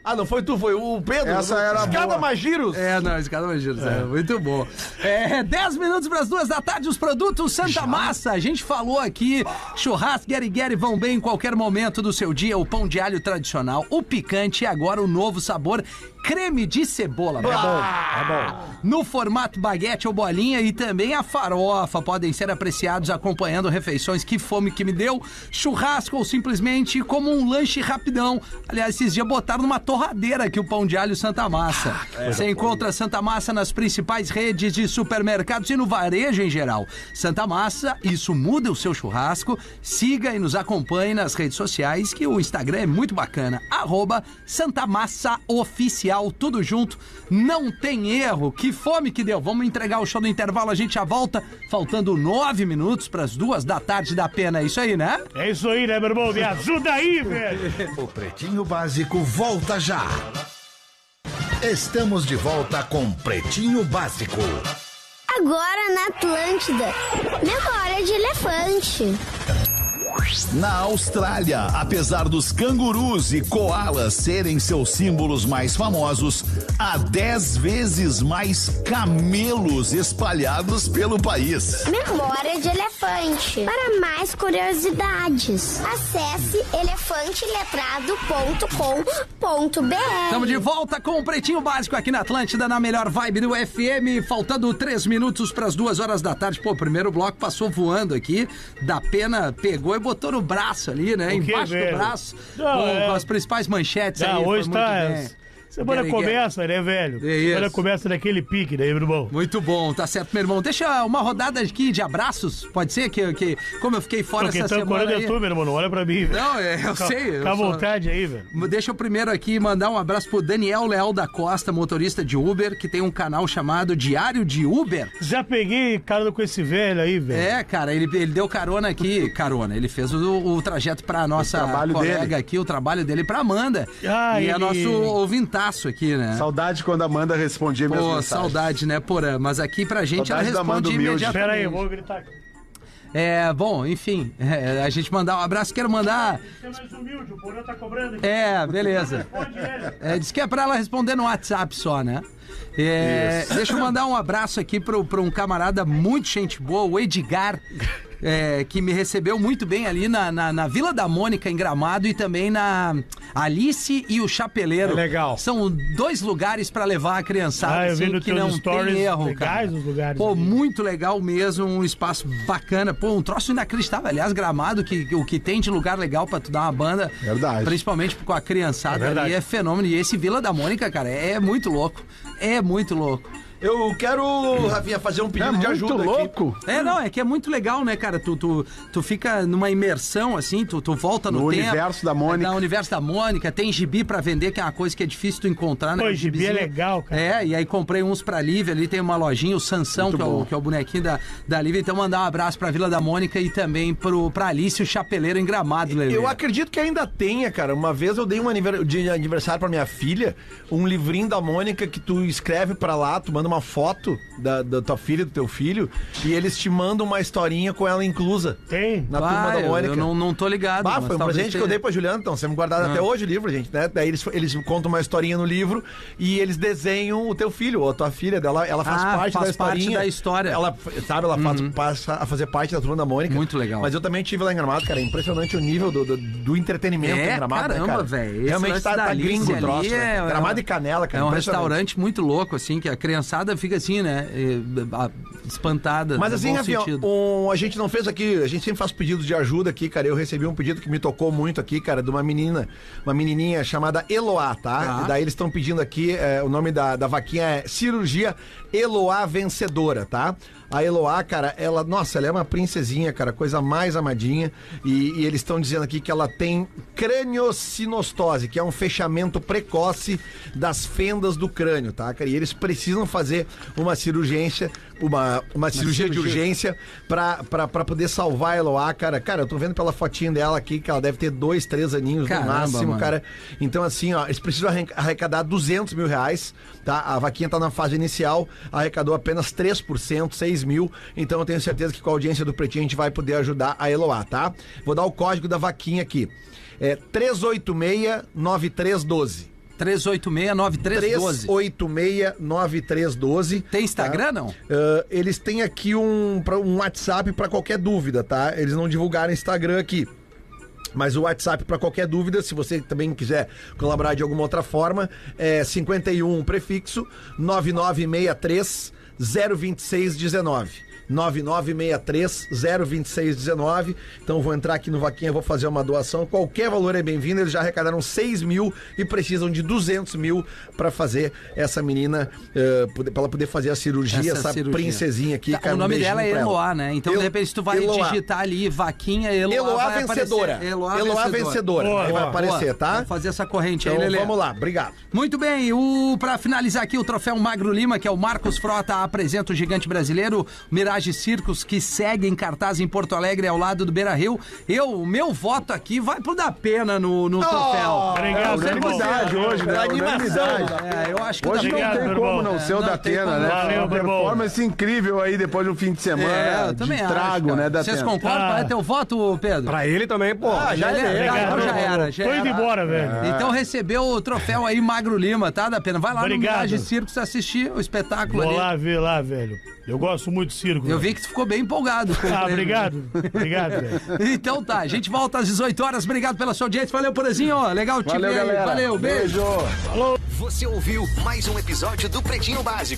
Speaker 5: Ah, não foi tu, foi o Pedro.
Speaker 3: Essa era
Speaker 5: Escada
Speaker 3: boa.
Speaker 5: Magiros.
Speaker 1: É, não, esse cara é giro, Zé. Muito bom. É, 10 minutos para as duas da tarde, os produtos Santa Massa. A gente falou aqui, churrasco, gueri gueri vão bem em qualquer momento do seu dia. O pão de alho tradicional, o picante e agora o novo sabor, creme de cebola. É no formato baguete ou bolinha e também a farofa podem ser apreciados acompanhando refeições que fome que me deu, churrasco ou simplesmente como um lanche rapidão. Aliás, esses dias botaram numa torradeira aqui o pão de alho Santa Massa. Você encontra Santa Massa nas principais redes de supermercados e no varejo em geral. Santa Massa, isso muda o seu churrasco. Siga e nos acompanhe nas redes sociais que o Instagram é muito bacana. Arroba Santa Massa Oficial, tudo junto. Não tem erro. Que fome que deu. Vamos entregar o show do intervalo, a gente já volta. Faltando nove minutos para as duas da tarde da pena. É isso aí, né?
Speaker 5: um-
Speaker 4: É isso aí, né, meu irmão? Me ajuda aí, velho.
Speaker 8: O Pretinho Básico volta já. Estamos de volta com Pretinho Básico.
Speaker 9: Agora na Atlântida. Memória de elefante.
Speaker 8: Na Austrália, apesar dos cangurus e koalas serem seus símbolos mais famosos, há 10 vezes mais camelos espalhados pelo país.
Speaker 9: Memória de elefante. Para mais curiosidades, acesse elefanteletrado.com.br.
Speaker 1: Estamos de volta com o Pretinho Básico aqui na Atlântida, na melhor vibe do FM. Faltando três minutos para as duas horas da tarde. Pô, o primeiro bloco passou voando aqui. Da pena pegou e botou no braço ali, né?
Speaker 4: O quê,
Speaker 1: Embaixo do
Speaker 4: velho?
Speaker 1: braço.
Speaker 4: Não,
Speaker 1: com,
Speaker 4: é.
Speaker 1: com as principais manchetes
Speaker 4: Tá,
Speaker 1: aí. foi
Speaker 4: hoje
Speaker 1: muito
Speaker 4: tá.
Speaker 1: bem.
Speaker 4: Semana
Speaker 1: Guerra, guerra.
Speaker 4: começa, né, velho?
Speaker 1: É isso.
Speaker 4: Semana começa naquele pique, né, meu irmão?
Speaker 1: Muito bom, tá certo, meu irmão. Deixa uma rodada aqui de abraços. Pode ser que, que como eu fiquei fora
Speaker 4: Não, Quem
Speaker 1: essa
Speaker 4: tá
Speaker 1: semana
Speaker 4: correndo
Speaker 1: aí.
Speaker 4: é tu, meu irmão. Não olha pra mim, velho.
Speaker 1: Não, é, eu sei. eu
Speaker 4: Fica
Speaker 1: só-
Speaker 4: à vontade aí, velho.
Speaker 1: Deixa eu primeiro aqui mandar um abraço pro Daniel Leal da Costa, motorista de Uber, que tem um canal chamado Diário de Uber.
Speaker 4: Já peguei cara com esse velho aí, velho.
Speaker 1: É, cara, ele, ele deu carona aqui, carona. Ele fez o, o trajeto pra nossa
Speaker 3: trabalho
Speaker 1: colega
Speaker 3: dele.
Speaker 1: aqui, o trabalho dele pra Amanda.
Speaker 4: Ah,
Speaker 1: e é
Speaker 4: ele-
Speaker 1: nosso ouvintaço aqui, né?
Speaker 3: Saudade quando a Amanda respondia minhas
Speaker 1: Pô,
Speaker 3: mensagens.
Speaker 1: saudade, né, Porã? Mas aqui pra gente
Speaker 3: Saudade
Speaker 1: ela
Speaker 3: da Amanda
Speaker 1: responde
Speaker 3: humilde.
Speaker 1: imediatamente.
Speaker 4: Pera aí, eu vou gritar aqui.
Speaker 1: É, bom, enfim, é, a gente mandar um abraço, quero mandar.
Speaker 4: Você é mais humilde, o Porã tá cobrando. né,
Speaker 1: É, beleza.
Speaker 4: Responde ele.
Speaker 1: É, diz que é pra ela responder no WhatsApp só, né? É, deixa eu mandar um abraço aqui pro, pro um camarada muito gente boa, o Edgar, é, que me recebeu muito bem ali na, na, na Vila da Mônica, em Gramado, e também na Alice e o Chapeleiro.
Speaker 6: É legal.
Speaker 1: São dois lugares pra levar a criançada,
Speaker 4: Ah, eu vi
Speaker 1: assim,
Speaker 4: nos
Speaker 1: que
Speaker 4: teus
Speaker 1: não
Speaker 4: stories,
Speaker 1: tem erro,
Speaker 4: legais
Speaker 1: cara.
Speaker 4: os lugares
Speaker 1: Pô,
Speaker 4: ali.
Speaker 1: muito legal mesmo, um espaço bacana. Pô, um troço inacreditável. Aliás, Gramado, que, o que tem de lugar legal pra tu dar uma banda.
Speaker 3: Verdade.
Speaker 1: Principalmente com a criançada
Speaker 6: É
Speaker 1: é
Speaker 6: verdade.
Speaker 1: ali, é fenômeno. E esse Vila da Mônica, cara, é muito louco. É muito louco.
Speaker 5: Eu quero, Rafinha, fazer
Speaker 3: É
Speaker 5: um pedido de
Speaker 3: muito
Speaker 5: ajuda. aqui.
Speaker 3: louco.
Speaker 1: É, não, é que é muito legal, né, cara? Tu, tu, tu fica numa imersão, assim, tu, tu volta no,
Speaker 3: No
Speaker 1: tempo.
Speaker 3: universo da Mônica.
Speaker 1: No universo da Mônica. Tem gibi pra vender, que é uma coisa que é difícil tu encontrar, né?
Speaker 4: Pô,
Speaker 1: Um
Speaker 4: gibi é
Speaker 1: gibizinho.
Speaker 4: legal, cara.
Speaker 1: É, e aí comprei uns pra Lívia, ali tem uma lojinha, o Sansão, que é o, que é o bonequinho da, da Lívia. Então mandar um abraço pra Vila da Mônica e também pro, pra Alice, o Chapeleiro em Gramado, Lelê.
Speaker 5: Eu acredito que ainda tenha, cara. Uma vez eu dei um aniver- de aniversário pra minha filha, um livrinho da Mônica que tu escreve pra lá, tu manda uma foto da, da tua filha, do teu filho, e eles te mandam uma historinha com ela inclusa
Speaker 4: Tem?
Speaker 5: na
Speaker 1: Ah,
Speaker 5: turma da
Speaker 1: eu-
Speaker 5: Mônica.
Speaker 1: Eu não, não tô ligado.
Speaker 5: Bah,
Speaker 1: mas
Speaker 5: foi um
Speaker 1: talvez
Speaker 5: presente que eu
Speaker 1: tenha. Ah.
Speaker 5: dei pra Juliana, então, sempre guardado até hoje o livro, gente, né? Daí eles, eles contam uma historinha no livro e eles desenham o teu filho ou a tua filha dela, ela faz
Speaker 1: Ah,
Speaker 5: parte
Speaker 1: faz
Speaker 5: da
Speaker 1: parte
Speaker 5: historinha.
Speaker 1: da história. Uhum.
Speaker 5: Ela, sabe, ela faz- passa a fazer parte da turma da Mônica.
Speaker 1: Muito legal.
Speaker 5: Mas eu também tive lá em Gramado, cara, é impressionante o nível do, do, do entretenimento
Speaker 1: É,
Speaker 5: em Gramado, né,
Speaker 1: caramba,
Speaker 5: cara?
Speaker 1: velho. Esse
Speaker 5: Realmente
Speaker 1: lance
Speaker 5: tá,
Speaker 1: da
Speaker 5: tá
Speaker 1: Alice
Speaker 5: gringo o
Speaker 1: ali
Speaker 5: troço,
Speaker 1: é-
Speaker 5: né?
Speaker 1: é
Speaker 5: Gramado
Speaker 1: uma-
Speaker 5: e Canela, cara.
Speaker 1: É um
Speaker 5: impressionante.
Speaker 1: restaurante muito louco, assim, que a criançada fica assim, né? eh, a- espantada.
Speaker 5: Mas
Speaker 1: no
Speaker 5: assim,
Speaker 1: bom
Speaker 5: Rafinha,
Speaker 1: sentido.
Speaker 5: um- a gente não fez aqui, a gente sempre faz pedidos de ajuda aqui, cara. Eu recebi um pedido que me tocou muito aqui, cara, de uma menina, uma menininha chamada Eloá, tá?
Speaker 1: Tá.
Speaker 5: E daí eles estão pedindo aqui, é, o nome da, da vaquinha é Cirurgia Eloá Vencedora, tá? A Eloá, cara, ela, nossa, ela é uma princesinha, cara, coisa mais amadinha. E, e eles estão dizendo aqui que ela tem crâniosinostose, que é um fechamento precoce das fendas do crânio, tá, cara? E eles precisam fazer uma cirurgência, uma, uma cirurgia, de
Speaker 1: cirurgia.
Speaker 5: urgência pra, pra, pra poder salvar a Eloá, cara. Cara, eu tô vendo pela fotinha dela aqui que ela deve ter dois, três aninhos
Speaker 1: Caramba,
Speaker 5: no máximo,
Speaker 1: mano.
Speaker 5: cara. Então, assim, ó, eles precisam arren- arrecadar 200 mil reais, tá? A vaquinha tá na fase inicial, arrecadou apenas 3%, 6 mil. Então, eu tenho certeza que com a audiência do Pretinho a gente vai poder ajudar a Eloá, tá? Vou dar o código da vaquinha aqui. É 386-9312.
Speaker 1: 3869312.
Speaker 5: 3869312.
Speaker 1: Tem Instagram,
Speaker 5: tá?
Speaker 1: não?
Speaker 5: Ah, eles têm aqui um, pra- um WhatsApp pra qualquer dúvida, tá? Eles não divulgaram Instagram aqui. Mas o WhatsApp pra qualquer dúvida, se você também quiser colaborar de alguma outra forma, é 51 prefixo 9963 02619. 9963 02619. Então vou entrar aqui no Vaquinha, vou fazer uma doação. Qualquer valor é bem-vindo. Eles já arrecadaram 6 mil e precisam de 200 mil pra fazer essa menina, eh, poder- pra ela poder fazer a cirurgia,
Speaker 1: Essa
Speaker 5: essa,
Speaker 1: cirurgia.
Speaker 5: princesinha aqui.
Speaker 1: Tá,
Speaker 5: cara,
Speaker 1: o
Speaker 5: um
Speaker 1: nome dela é
Speaker 5: beijinho pra ela.
Speaker 1: Eloá, né? Então,
Speaker 5: El-
Speaker 1: de repente, tu vai
Speaker 5: Eloá.
Speaker 1: digitar ali, vaquinha, Eloá.
Speaker 5: Eloá
Speaker 1: vai aparecer.
Speaker 5: vencedora.
Speaker 1: Eloá,
Speaker 5: Eloá vencedora. Aí vai aparecer, tá?
Speaker 1: Vamos fazer essa corrente aí,
Speaker 5: Então,
Speaker 1: Lelê.
Speaker 5: vamos lá, obrigado.
Speaker 1: Muito bem, o para finalizar aqui o troféu Magro Lima, que é o Marcos Frota apresenta o gigante brasileiro Mirage Circos que segue em cartaz em Porto Alegre ao lado do Beira Rio. Eu, o meu voto aqui vai pro da pena no, no troféu.
Speaker 4: obrigado,
Speaker 1: Eu sei você,
Speaker 3: unanimidade
Speaker 1: né?
Speaker 3: hoje, né?
Speaker 1: Pela
Speaker 3: Unanimidade.
Speaker 1: É, eu acho que o
Speaker 3: Hoje
Speaker 1: Da
Speaker 3: não
Speaker 1: Pena-
Speaker 3: tem
Speaker 4: Berbon.
Speaker 3: como não ser o
Speaker 1: É,
Speaker 3: da
Speaker 1: não tem
Speaker 3: Tena,
Speaker 1: como
Speaker 3: né?
Speaker 1: não.
Speaker 4: Valeu,
Speaker 3: Uma
Speaker 4: Berbon.
Speaker 3: performance incrível aí depois de um fim de semana
Speaker 1: É, eu
Speaker 3: de
Speaker 1: também acho,
Speaker 3: trago,
Speaker 1: cara.
Speaker 3: né, da
Speaker 1: Vocês
Speaker 3: Tena.
Speaker 1: concordam?
Speaker 4: Ah.
Speaker 1: Qual é teu voto, Pedro?
Speaker 7: Pra ele também, pô.
Speaker 5: Ah, já
Speaker 1: Ele- Ah,
Speaker 5: é.
Speaker 1: então
Speaker 4: Obrigado,
Speaker 1: já era,
Speaker 4: Bobo.
Speaker 1: já
Speaker 4: né, Tô
Speaker 1: era.
Speaker 4: indo embora, velho.
Speaker 1: Então recebeu o troféu aí Magro Lima, tá? Da pena. Vai lá
Speaker 4: Obrigado.
Speaker 1: no Mirage Circos assistir o espetáculo
Speaker 4: Vou
Speaker 1: ali.
Speaker 4: lá ver lá, velho. Eu gosto muito de circo.
Speaker 1: Eu
Speaker 4: velho.
Speaker 1: vi que tu ficou bem empolgado. Com o né?
Speaker 4: Ah,
Speaker 1: prêmio.
Speaker 4: obrigado. Obrigado, velho.
Speaker 1: Então tá, a gente volta às 18 horas. Obrigado pela sua audiência. Valeu, Porazinho. Legal te
Speaker 3: Valeu,
Speaker 1: ver aí.
Speaker 3: galera.
Speaker 1: Valeu, beijo.
Speaker 10: Você ouviu mais um episódio do Pretinho Básico.